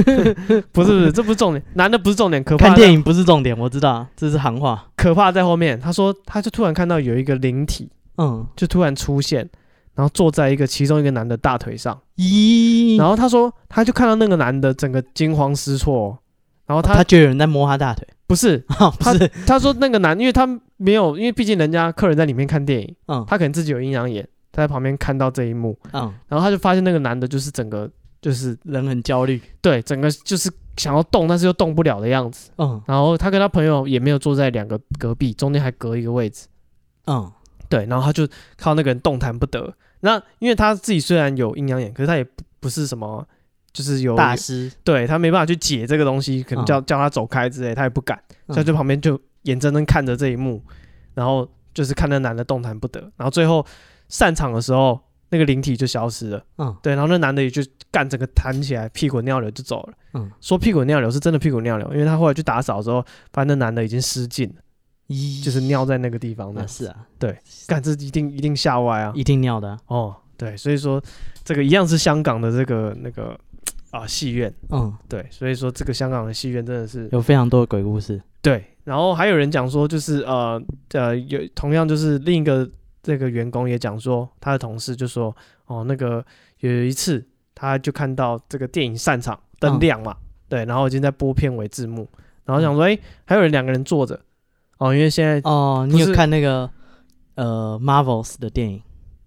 [SPEAKER 1] 不是不是，这不是重点， <laughs> 男的不是重点，可怕
[SPEAKER 2] 看
[SPEAKER 1] 的
[SPEAKER 2] 电影不是重点，我知道，这是行话。
[SPEAKER 1] 可怕在后面。他说，他就突然看到有一个灵体，
[SPEAKER 2] 嗯，
[SPEAKER 1] 就突然出现，然后坐在一个其中一个男的大腿上，
[SPEAKER 2] 咦，
[SPEAKER 1] 然后他说，他就看到那个男的整个惊慌失措哦、然后
[SPEAKER 2] 哦
[SPEAKER 1] 他、
[SPEAKER 2] 他觉得有人在摸他大腿， <laughs>
[SPEAKER 1] 不是，
[SPEAKER 2] 哦不是，
[SPEAKER 1] 他说那个男，因为他没有，因为毕竟人家客人在里面看电影，
[SPEAKER 2] 嗯
[SPEAKER 1] 他可能自己有阴阳眼，他在旁边看到这一幕，
[SPEAKER 2] 嗯，
[SPEAKER 1] 然后他就发现那个男的就是整个就是
[SPEAKER 2] 人很焦虑，
[SPEAKER 1] 对整个就是想要动，但是又动不了的样子。
[SPEAKER 2] 嗯
[SPEAKER 1] 然后他跟他朋友也没有坐在两个隔壁，中间还隔一个位置。
[SPEAKER 2] 嗯
[SPEAKER 1] 对，然后他就靠那个人动弹不得。那因为他自己虽然有阴阳眼，可是他也不不是什么，就是有
[SPEAKER 2] 大师，
[SPEAKER 1] 对他没办法去解这个东西，可能
[SPEAKER 2] 嗯
[SPEAKER 1] 叫、叫他走开之类，他也不敢，所以他就旁边就眼睁睁看着这一幕，然后就是看那男的动弹不得，然后最后散场的时候，那个灵体就消失了。
[SPEAKER 2] 嗯
[SPEAKER 1] 对，然后那男的也就干整个弹起来，屁滚尿流就走了。
[SPEAKER 2] 嗯
[SPEAKER 1] 说屁滚尿流是真的屁滚尿流，因为他后来去打扫的时候，发现那男的已经失禁了，
[SPEAKER 2] 咦，
[SPEAKER 1] 就是尿在那个地方
[SPEAKER 2] 嗯那
[SPEAKER 1] 的。
[SPEAKER 2] 是啊，
[SPEAKER 1] 干这一定一定吓歪啊！
[SPEAKER 2] 一定尿的啊，
[SPEAKER 1] 哦，对，所以说这个一样是香港的这个那个啊戏院，
[SPEAKER 2] 嗯，
[SPEAKER 1] 对，所以说这个香港的戏院真的是
[SPEAKER 2] 有非常多的鬼故事，
[SPEAKER 1] 对。然后还有人讲说，就是呃呃，有同样就是另一个这个员工也讲说，他的同事就说，哦，那个有一次他就看到这个电影散场灯
[SPEAKER 2] 嗯
[SPEAKER 1] 亮嘛，对，然后已经在播片尾字幕，然后想说，哎、还有人两个人坐着，哦，因为现在
[SPEAKER 2] 嗯哦，
[SPEAKER 1] 不
[SPEAKER 2] 你有
[SPEAKER 1] 是
[SPEAKER 2] 看那个呃 Marvels 的电影？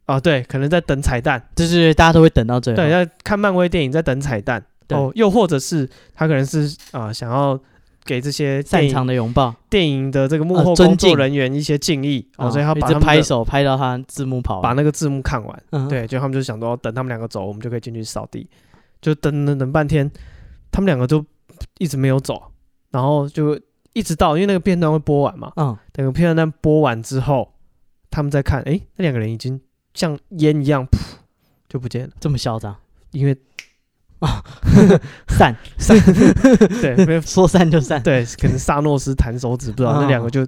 [SPEAKER 1] 啊、对，可能在等彩蛋，
[SPEAKER 2] 就是大家都会等到最后，
[SPEAKER 1] 对，要看漫威电影在等彩蛋，
[SPEAKER 2] 哦对
[SPEAKER 1] 哦，又或者是他可能是啊、呃想要给这些电
[SPEAKER 2] 擅
[SPEAKER 1] 影
[SPEAKER 2] 长的拥抱，
[SPEAKER 1] 电影的这个幕
[SPEAKER 2] 呃
[SPEAKER 1] 后
[SPEAKER 2] 尊
[SPEAKER 1] 工作
[SPEAKER 2] 敬
[SPEAKER 1] 人员一些敬意，哦，
[SPEAKER 2] 啊
[SPEAKER 1] 所以他把
[SPEAKER 2] 一
[SPEAKER 1] 他
[SPEAKER 2] 直
[SPEAKER 1] 们
[SPEAKER 2] 拍
[SPEAKER 1] 的
[SPEAKER 2] 手拍到他字幕跑
[SPEAKER 1] 把
[SPEAKER 2] 完，
[SPEAKER 1] 那个字幕看完，
[SPEAKER 2] 嗯，
[SPEAKER 1] 对，就他们就想说等他们两个走，我们就可以进去扫地，就等等等半天，他们两个都一直没有走，然后就一直到因为那个片段会播完嘛，
[SPEAKER 2] 嗯，
[SPEAKER 1] 等个片段播完之后，他们再看，诶，那两个人已经像烟一样噗就不见了，
[SPEAKER 2] 这么嚣张，
[SPEAKER 1] 因为
[SPEAKER 2] 散 <laughs>
[SPEAKER 1] 对 <laughs> 没有
[SPEAKER 2] 说散就散，
[SPEAKER 1] 对，可能萨诺斯弹手指，不知
[SPEAKER 2] 啊
[SPEAKER 1] 道、那两个就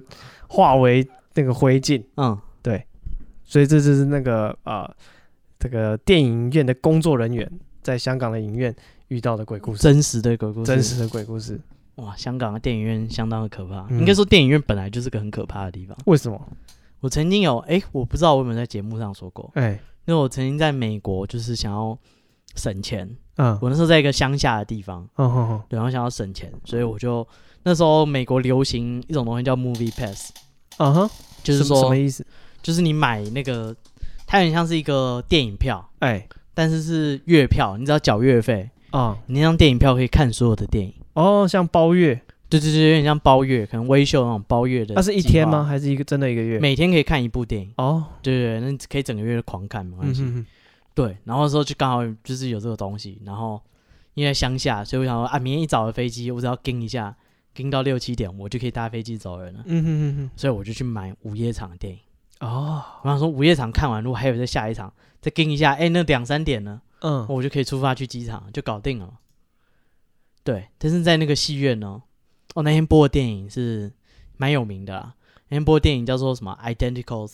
[SPEAKER 1] 化为那个灰烬，
[SPEAKER 2] 嗯，
[SPEAKER 1] 所以这就是那个呃，这个电影院的工作人员在香港的影院遇到的鬼故事，
[SPEAKER 2] 真实的鬼故事，
[SPEAKER 1] 真实的鬼故事。
[SPEAKER 2] 哇，香港的电影院相当的可怕，
[SPEAKER 1] 嗯
[SPEAKER 2] 应该说电影院本来就是个很可怕的地方。
[SPEAKER 1] 为什么？
[SPEAKER 2] 我曾经有，哎、我不知道我有没有在节目上说过，
[SPEAKER 1] 哎、
[SPEAKER 2] 因为我曾经在美国就是想要省钱，
[SPEAKER 1] 嗯，
[SPEAKER 2] 我那时候在一个乡下的地方，
[SPEAKER 1] 哦哦
[SPEAKER 2] 然后想要省钱，所以我就那时候美国流行一种东西叫 Movie Pass，
[SPEAKER 1] 哦，啊哈，
[SPEAKER 2] 就是
[SPEAKER 1] 什么什
[SPEAKER 2] 说
[SPEAKER 1] 么意思？
[SPEAKER 2] 就是你买那个，它有点像是一个电影票，
[SPEAKER 1] 哎、
[SPEAKER 2] 但是是月票，你只要缴月费，
[SPEAKER 1] 啊、
[SPEAKER 2] 你那张电影票可以看所有的电影。
[SPEAKER 1] 哦，像包月，
[SPEAKER 2] 对对对，有点像包月，可能微秀那种包月的。
[SPEAKER 1] 那、啊是一天吗？？还是一个真的一个月？
[SPEAKER 2] 每天可以看一部电影，
[SPEAKER 1] 哦，
[SPEAKER 2] 对对，对那可以整个月狂看，没关
[SPEAKER 1] 嗯
[SPEAKER 2] 系。
[SPEAKER 1] 哼哼，
[SPEAKER 2] 对，然后那时候就刚好就是有这个东西，然后因为乡下，所以我想说啊，明天一早的飞机，我只要跟一下，跟到六七点，我就可以搭飞机走人了。
[SPEAKER 1] 嗯哼哼
[SPEAKER 2] 所以我就去买午夜场的电影。
[SPEAKER 1] 哼，哦，
[SPEAKER 2] 我想说午夜场看完，如果还有在下一场，再跟一下，哎，那两三点呢，
[SPEAKER 1] 嗯，
[SPEAKER 2] 我就可以出发去机场，就搞定了。对，但是在那个戏院呢，哦，那天播的电影是蛮有名的啦。那天播的电影叫做什么？Identical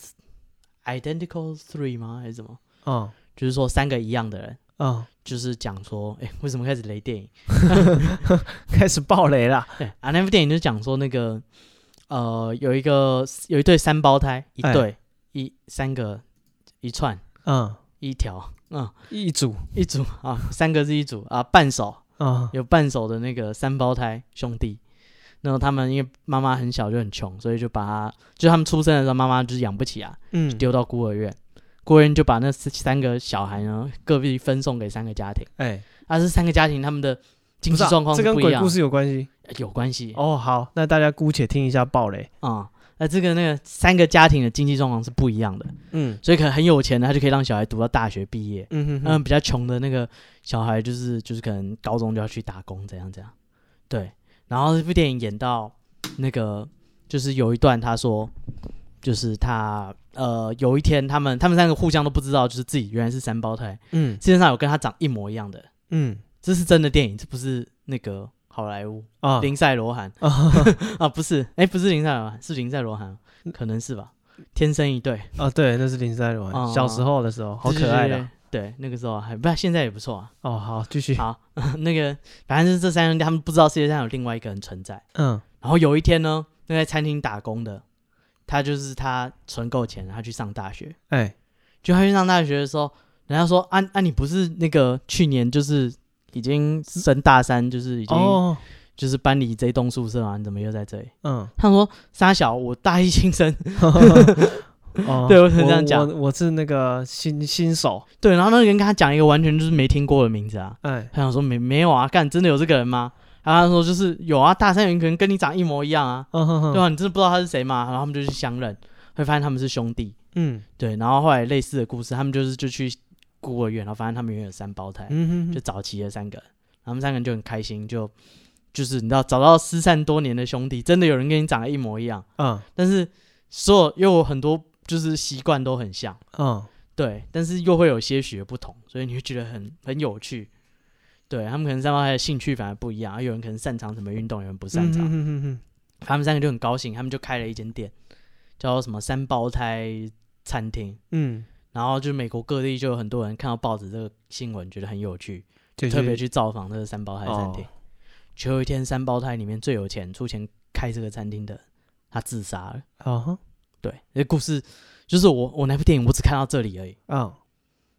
[SPEAKER 2] Identical Three 吗？还是什么？
[SPEAKER 1] 嗯，
[SPEAKER 2] 就是说三个一样的人，
[SPEAKER 1] 嗯，
[SPEAKER 2] 就是讲说，哎、为什么开始雷电影？
[SPEAKER 1] 开始爆雷啦。
[SPEAKER 2] 对啊，那部电影就是讲说那个，呃，有一个有一对三胞胎，一
[SPEAKER 1] 哎
[SPEAKER 2] 对、一三个一串
[SPEAKER 1] 嗯，
[SPEAKER 2] 一条，嗯，
[SPEAKER 1] 一组
[SPEAKER 2] 一组啊，三个是一组啊，半手
[SPEAKER 1] 啊，
[SPEAKER 2] 有半手的那个三胞胎兄弟。然后他们因为妈妈很小就很穷，所以就把他，就他们出生的时候，妈妈就是养不起啊，
[SPEAKER 1] 嗯，
[SPEAKER 2] 丢到孤儿院。孤儿院就把那四三个小孩呢，各自分送给三个家庭。
[SPEAKER 1] 哎，
[SPEAKER 2] 啊，这三个家庭他们的经
[SPEAKER 1] 不是
[SPEAKER 2] 济
[SPEAKER 1] 啊
[SPEAKER 2] 状况
[SPEAKER 1] 这
[SPEAKER 2] 是
[SPEAKER 1] 跟
[SPEAKER 2] 不一
[SPEAKER 1] 鬼
[SPEAKER 2] 样
[SPEAKER 1] 故，事有关系
[SPEAKER 2] 有关系
[SPEAKER 1] 哦。好，那大家姑且听一下暴雷。
[SPEAKER 2] 啊。那这个那个三个家庭的经济状况是不一样的，
[SPEAKER 1] 嗯
[SPEAKER 2] 所以可能很有钱的他就可以让小孩读到大学毕业，
[SPEAKER 1] 嗯哼
[SPEAKER 2] 嗯，
[SPEAKER 1] 哼
[SPEAKER 2] 比较穷的那个小孩就是就是可能高中就要去打工，怎样怎样。对，然后这部电影演到那个就是有一段他说，就是他呃有一天他们他们三个互相都不知道，就是自己原来是三胞胎，
[SPEAKER 1] 嗯
[SPEAKER 2] 世界上有跟他长一模一样的，
[SPEAKER 1] 嗯
[SPEAKER 2] 这是真的电影，这不是那个好莱坞
[SPEAKER 1] 啊
[SPEAKER 2] 林赛罗韩
[SPEAKER 1] 啊 <laughs>
[SPEAKER 2] 啊，不是，哎，不是林赛罗韩，是林赛罗韩，啊
[SPEAKER 1] 嗯
[SPEAKER 2] 可能是吧，天生一对，
[SPEAKER 1] 啊，对，那是林赛罗
[SPEAKER 2] 哦
[SPEAKER 1] 韩，小时候的时候，好
[SPEAKER 2] 对
[SPEAKER 1] 可爱的啊。。
[SPEAKER 2] 对对对，那个时候还不，现在也不错啊。
[SPEAKER 1] 哦，好，继续。
[SPEAKER 2] 好， <laughs> 那个反正就是这三兄弟，他们不知道世界上有另外一个人存在。
[SPEAKER 1] 嗯
[SPEAKER 2] 然后有一天呢，那在餐厅打工的，他就是他存够钱，他去上大学。
[SPEAKER 1] 哎
[SPEAKER 2] 就他去上大学的时候，人家说：“啊啊，你不是那个去年就是已经升大三，就是已经、
[SPEAKER 1] 哦
[SPEAKER 2] 就是搬离这栋宿舍啊？你怎么又在这里
[SPEAKER 1] 嗯？”
[SPEAKER 2] 他说：“沙小，我大一新生。
[SPEAKER 1] 哦
[SPEAKER 2] <laughs> 对我只能这样讲
[SPEAKER 1] 我我是那个新新手。”
[SPEAKER 2] 对，然后那个人跟他讲一个完全就是没听过的名字啊。
[SPEAKER 1] 哎
[SPEAKER 2] 他想说：“没没有啊，干真的有这个人吗？”然后他说：“就是有啊，大三有一个人跟你长一模一样啊。”
[SPEAKER 1] 嗯哼
[SPEAKER 2] 对
[SPEAKER 1] 哼
[SPEAKER 2] 啊，你真的不知道他是谁嘛？然后他们就去相认，会发现他们是兄弟。
[SPEAKER 1] 嗯
[SPEAKER 2] 对，然后后来类似的故事，他们就是就去孤儿院，然后发现他们原来有三胞胎，
[SPEAKER 1] 嗯哼
[SPEAKER 2] 就
[SPEAKER 1] 哼
[SPEAKER 2] 找齐了三个人，他们三个人就很开心，就就是你知道找到失散多年的兄弟，真的有人跟你长得一模一样，
[SPEAKER 1] 嗯
[SPEAKER 2] 但是所有又有很多就是习惯都很像，
[SPEAKER 1] 嗯
[SPEAKER 2] 对，但是又会有些许的不同，所以你会觉得很很有趣。对他们可能三胞胎的兴趣反而不一样，有人可能擅长什么运动，有人不擅长。
[SPEAKER 1] 嗯哼哼哼
[SPEAKER 2] 他们三个就很高兴，他们就开了一间店，叫什么三胞胎餐厅。
[SPEAKER 1] 嗯，
[SPEAKER 2] 然后就美国各地就有很多人看到报纸这个新闻，觉得很有趣，
[SPEAKER 1] 就
[SPEAKER 2] 特别
[SPEAKER 1] 去
[SPEAKER 2] 去造访这个三胞胎餐厅
[SPEAKER 1] 哦。
[SPEAKER 2] 就有一天，三胞胎里面最有钱、出钱开这个餐厅的，他自杀了。
[SPEAKER 1] 啊哈
[SPEAKER 2] 对，这故事就是我我那部电影我只看到这里而已，
[SPEAKER 1] 啊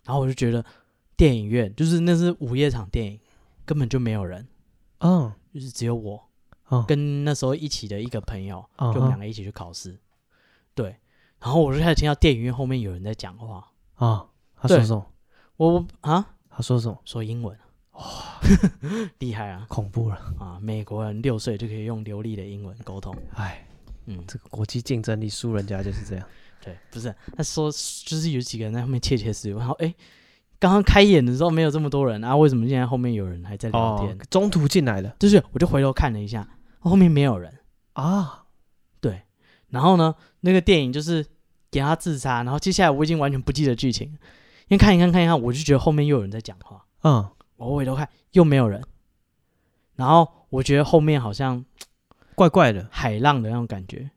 [SPEAKER 2] 然后我就觉得电影院就是那是午夜场电影，根本就没有人，
[SPEAKER 1] 啊
[SPEAKER 2] 就是只有我
[SPEAKER 1] 啊
[SPEAKER 2] 跟那时候一起的一个朋友，
[SPEAKER 1] 啊
[SPEAKER 2] 就我们两个一起去考试。对，然后我就开始听到电影院后面有人在讲话，
[SPEAKER 1] 啊！他说
[SPEAKER 2] 对
[SPEAKER 1] 什么？
[SPEAKER 2] 我我啊
[SPEAKER 1] 他说什么？
[SPEAKER 2] 说英文，哇、 <laughs> 厉害啊
[SPEAKER 1] 恐怖了！
[SPEAKER 2] 啊！美国人六岁就可以用流利的英文沟通，
[SPEAKER 1] 哎，
[SPEAKER 2] 嗯，
[SPEAKER 1] 这个国际竞争力输人家就是这样。
[SPEAKER 2] 对，不是他说就是有几个人在后面窃窃私语，然后哎，刚刚开演的时候没有这么多人啊，为什么现在后面有人还在聊天？，
[SPEAKER 1] 哦中途进来的
[SPEAKER 2] 就是我就回头看了一下，后面没有人，
[SPEAKER 1] 啊，
[SPEAKER 2] 对，然后呢，那个电影就是给他自杀，然后接下来我已经完全不记得剧情了，因为看一看看一看，我就觉得后面又有人在讲话，
[SPEAKER 1] 嗯
[SPEAKER 2] 我回头看又没有人，然后我觉得后面好像
[SPEAKER 1] 怪怪的，
[SPEAKER 2] 海浪的那种感觉，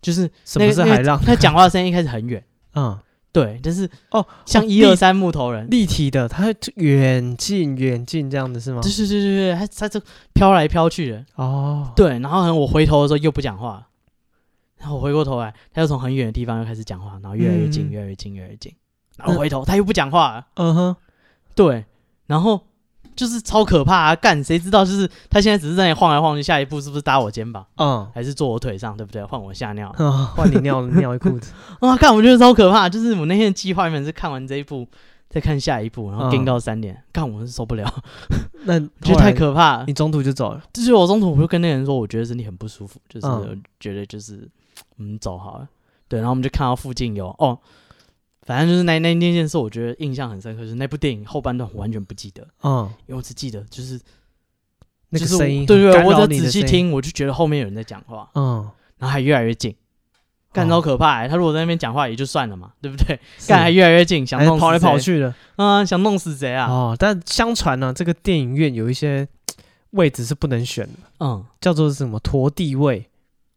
[SPEAKER 2] 就是
[SPEAKER 1] 什么是海浪？
[SPEAKER 2] 他讲话的声音一开始很远，
[SPEAKER 1] 嗯，
[SPEAKER 2] 对，但是
[SPEAKER 1] 哦，
[SPEAKER 2] 像一二三木头人，
[SPEAKER 1] 立体的，它远近远近这样子是吗
[SPEAKER 2] 对？对对对对，他他就飘来飘去的，
[SPEAKER 1] 哦，
[SPEAKER 2] 对，然后呢我回头的时候又不讲话了，然后我回过头来，他又从很远的地方又开始讲话，然后越来越近，
[SPEAKER 1] 嗯
[SPEAKER 2] 越来越近，越来越近，然后回头他又不讲话了，
[SPEAKER 1] 嗯哼，
[SPEAKER 2] 对，然后就是超可怕啊！干，谁知道就是他现在只是在那里晃来晃去，下一步是不是搭我肩膀，
[SPEAKER 1] 嗯
[SPEAKER 2] 还是坐我腿上，对不对？换我吓尿，
[SPEAKER 1] 啊， <laughs> 换你尿尿一裤子，
[SPEAKER 2] 哇，干，我觉得超可怕。就是我那天的计划原本是看完这一部。再看下一部，然后
[SPEAKER 1] 嗯
[SPEAKER 2] 盯到三点，干我是受不了，
[SPEAKER 1] <laughs> 那
[SPEAKER 2] 我觉得
[SPEAKER 1] 后来
[SPEAKER 2] 太可怕了
[SPEAKER 1] 你。中途就走了。
[SPEAKER 2] 就是我中途我就跟那个人说，我觉得身体很不舒服，就是
[SPEAKER 1] 嗯
[SPEAKER 2] 我觉得就是我们走好了。对，然后我们就看到附近有哦，反正就是那那那件事，我觉得印象很深刻，就是那部电影后半段我完全不记得，
[SPEAKER 1] 嗯，
[SPEAKER 2] 因为我只记得就是
[SPEAKER 1] 那个
[SPEAKER 2] 就是我
[SPEAKER 1] 声音，
[SPEAKER 2] 对对，
[SPEAKER 1] 干
[SPEAKER 2] 我
[SPEAKER 1] 扰
[SPEAKER 2] 只
[SPEAKER 1] 你的
[SPEAKER 2] 仔细
[SPEAKER 1] 声音。
[SPEAKER 2] 听，我就觉得后面有人在讲话，
[SPEAKER 1] 嗯，
[SPEAKER 2] 然后还越来越近，干
[SPEAKER 1] 哦
[SPEAKER 2] 超可怕、欸。他如果在那边讲话也就算了嘛，对不对？
[SPEAKER 1] 是
[SPEAKER 2] 干还越来越近，想
[SPEAKER 1] 还
[SPEAKER 2] 弄死
[SPEAKER 1] 跑来跑
[SPEAKER 2] 谁，
[SPEAKER 1] 去的。
[SPEAKER 2] 啊，想弄死谁啊？
[SPEAKER 1] 哦，但相传呢，这个电影院有一些位置是不能选的，
[SPEAKER 2] 嗯，
[SPEAKER 1] 叫做什么陀地位。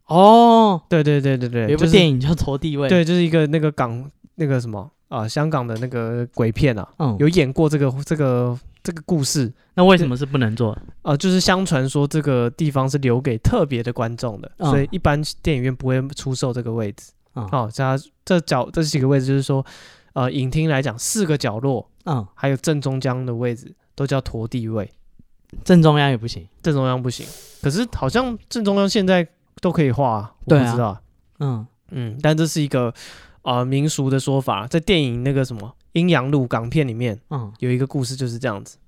[SPEAKER 2] 哦，
[SPEAKER 1] 对对对对对，
[SPEAKER 2] 有一部
[SPEAKER 1] 就是
[SPEAKER 2] 电影叫《投地位》，，
[SPEAKER 1] 对，就是一个那个港那个什么啊、香港的那个鬼片啊，
[SPEAKER 2] 嗯，
[SPEAKER 1] 有演过这个这个这个故事
[SPEAKER 2] 那为什么是不能做？
[SPEAKER 1] 啊、就是相传说这个地方是留给特别的观众的，
[SPEAKER 2] 嗯
[SPEAKER 1] 所以一般电影院不会出售这个位置。哦
[SPEAKER 2] 嗯
[SPEAKER 1] 好、这这角这几个位置就是说，呃影厅来讲，四个角落
[SPEAKER 2] 嗯，
[SPEAKER 1] 还有正中央的位置都叫陀地位，
[SPEAKER 2] 正中央也不行。
[SPEAKER 1] 正中央不行。可是好像正中央现在都可以画啊，我
[SPEAKER 2] 对
[SPEAKER 1] 不
[SPEAKER 2] 啊
[SPEAKER 1] 知道啊。
[SPEAKER 2] 嗯，
[SPEAKER 1] 嗯，但这是一个呃民俗的说法，在电影那个什么《阴阳路》港片里面
[SPEAKER 2] 嗯，
[SPEAKER 1] 有一个故事就是这样子。
[SPEAKER 2] 啊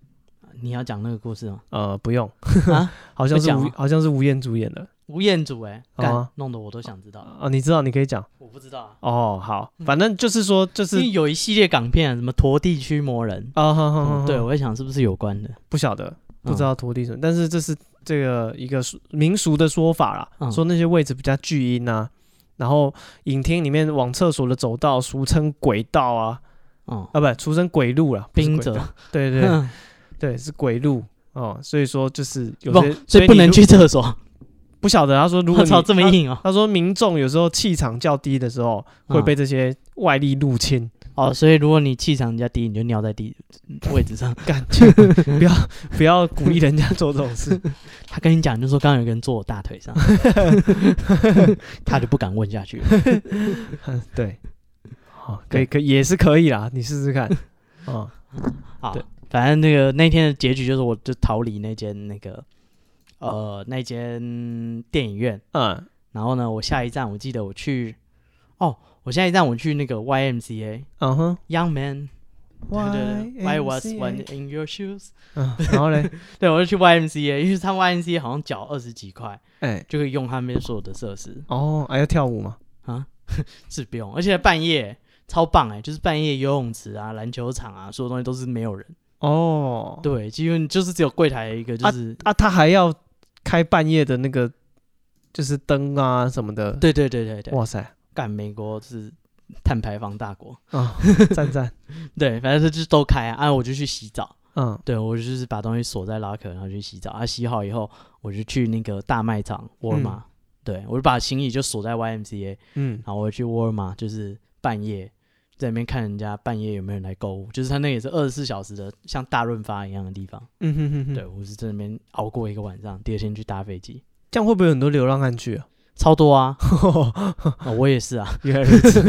[SPEAKER 2] 你要讲那个故事
[SPEAKER 1] <laughs>
[SPEAKER 2] 吗？
[SPEAKER 1] 呃，不用，
[SPEAKER 2] 啊
[SPEAKER 1] 好像
[SPEAKER 2] 不
[SPEAKER 1] 是
[SPEAKER 2] 讲
[SPEAKER 1] 吴
[SPEAKER 2] 哦
[SPEAKER 1] 好像是吴彦祖演的
[SPEAKER 2] 吴彦祖哎、
[SPEAKER 1] 好
[SPEAKER 2] 干、
[SPEAKER 1] 啊
[SPEAKER 2] 弄得我都想知道，
[SPEAKER 1] 啊，你知道你可以讲
[SPEAKER 2] 我不知道啊，
[SPEAKER 1] 哦。好，
[SPEAKER 2] 嗯
[SPEAKER 1] 反正就是说就是
[SPEAKER 2] 因为有一系列港片啊，什么《陀地驱魔人》
[SPEAKER 1] 啊，好好好
[SPEAKER 2] 嗯，
[SPEAKER 1] 好
[SPEAKER 2] 对，我嗯在想是不是有关的？
[SPEAKER 1] 不晓得不知道拖地什么，但是这是这个一个说民俗的说法啦，
[SPEAKER 2] 嗯
[SPEAKER 1] 说那些位置比较巨阴啊，然后影厅里面往厕所的走道俗称鬼道啊，
[SPEAKER 2] 嗯，
[SPEAKER 1] 啊不，俗称鬼路啦，不是
[SPEAKER 2] 冰
[SPEAKER 1] 鬼道
[SPEAKER 2] 者，
[SPEAKER 1] 对对对
[SPEAKER 2] 嗯，
[SPEAKER 1] 对，是鬼路哦，所以说就是有
[SPEAKER 2] <laughs> 不
[SPEAKER 1] 些，
[SPEAKER 2] 所以
[SPEAKER 1] 你
[SPEAKER 2] 不能
[SPEAKER 1] 如
[SPEAKER 2] 去厕所。
[SPEAKER 1] 不晓得，他说如果
[SPEAKER 2] 我
[SPEAKER 1] 你
[SPEAKER 2] <laughs> 操，这么
[SPEAKER 1] 他
[SPEAKER 2] 硬哦！
[SPEAKER 1] 他说民众有时候气场较低的时候
[SPEAKER 2] 嗯
[SPEAKER 1] 会被这些外力入侵，
[SPEAKER 2] 哦，所以如果你气场比较低，你就尿在地位置上。
[SPEAKER 1] 干不要 <laughs> 不要鼓励人家做这种事，
[SPEAKER 2] 他跟你讲，就说刚刚有个人坐我大腿
[SPEAKER 1] <laughs>
[SPEAKER 2] 上，他就不敢问下去了。
[SPEAKER 1] 嗯对，好，可以可以也是可以啦，你试试看，啊。
[SPEAKER 2] 好
[SPEAKER 1] 对，
[SPEAKER 2] 反正那个那天的结局就是，我就逃离那间那个
[SPEAKER 1] 哦
[SPEAKER 2] 呃那间电影院，
[SPEAKER 1] 嗯，
[SPEAKER 2] 然后呢，我下一站我记得我去哦，我下一站我去那个 YMCA
[SPEAKER 1] 嗯哼
[SPEAKER 2] Young Man，对对对，Why was one
[SPEAKER 1] YMCA
[SPEAKER 2] in your shoes？
[SPEAKER 1] 嗯，然后嘞，
[SPEAKER 2] 对，我就去 YMCA，因为他 YMCA 好像缴二十几块
[SPEAKER 1] 哎，
[SPEAKER 2] 就可以用他们那边所有的设施
[SPEAKER 1] 哦，还要跳舞嘛？
[SPEAKER 2] 啊， <laughs> 是不用，而且半夜超棒哎、就是半夜游泳池啊、篮球场啊，所有东西都是没有人，
[SPEAKER 1] 哦，
[SPEAKER 2] 对，几乎就是只有柜台一个，就是、
[SPEAKER 1] 啊，他还要开半夜的那个，就是灯啊什么的。
[SPEAKER 2] 对对对对对，
[SPEAKER 1] 哇塞，
[SPEAKER 2] 干美国是碳排放大国， <laughs>
[SPEAKER 1] 啊，赞赞，
[SPEAKER 2] 对，反正这就是都开啊，啊我就去洗澡，
[SPEAKER 1] 嗯，
[SPEAKER 2] 对我就是把东西锁在拉克，然后去洗澡啊，洗好以后我就去那个大卖场沃尔玛，对我就把行李就锁在 YMCA，
[SPEAKER 1] 嗯，
[SPEAKER 2] 然后我就去沃尔玛，就是半夜。在那边看人家半夜有没有人来购物，就是他那也是二十四小时的，像大润发一样的地方。
[SPEAKER 1] 嗯哼哼哼，
[SPEAKER 2] 对，我是在那边熬过一个晚上，第二天去搭飞机，
[SPEAKER 1] 这样会不会有很多流浪汉去啊？
[SPEAKER 2] 超多啊！哦我也是啊，
[SPEAKER 1] 原来如此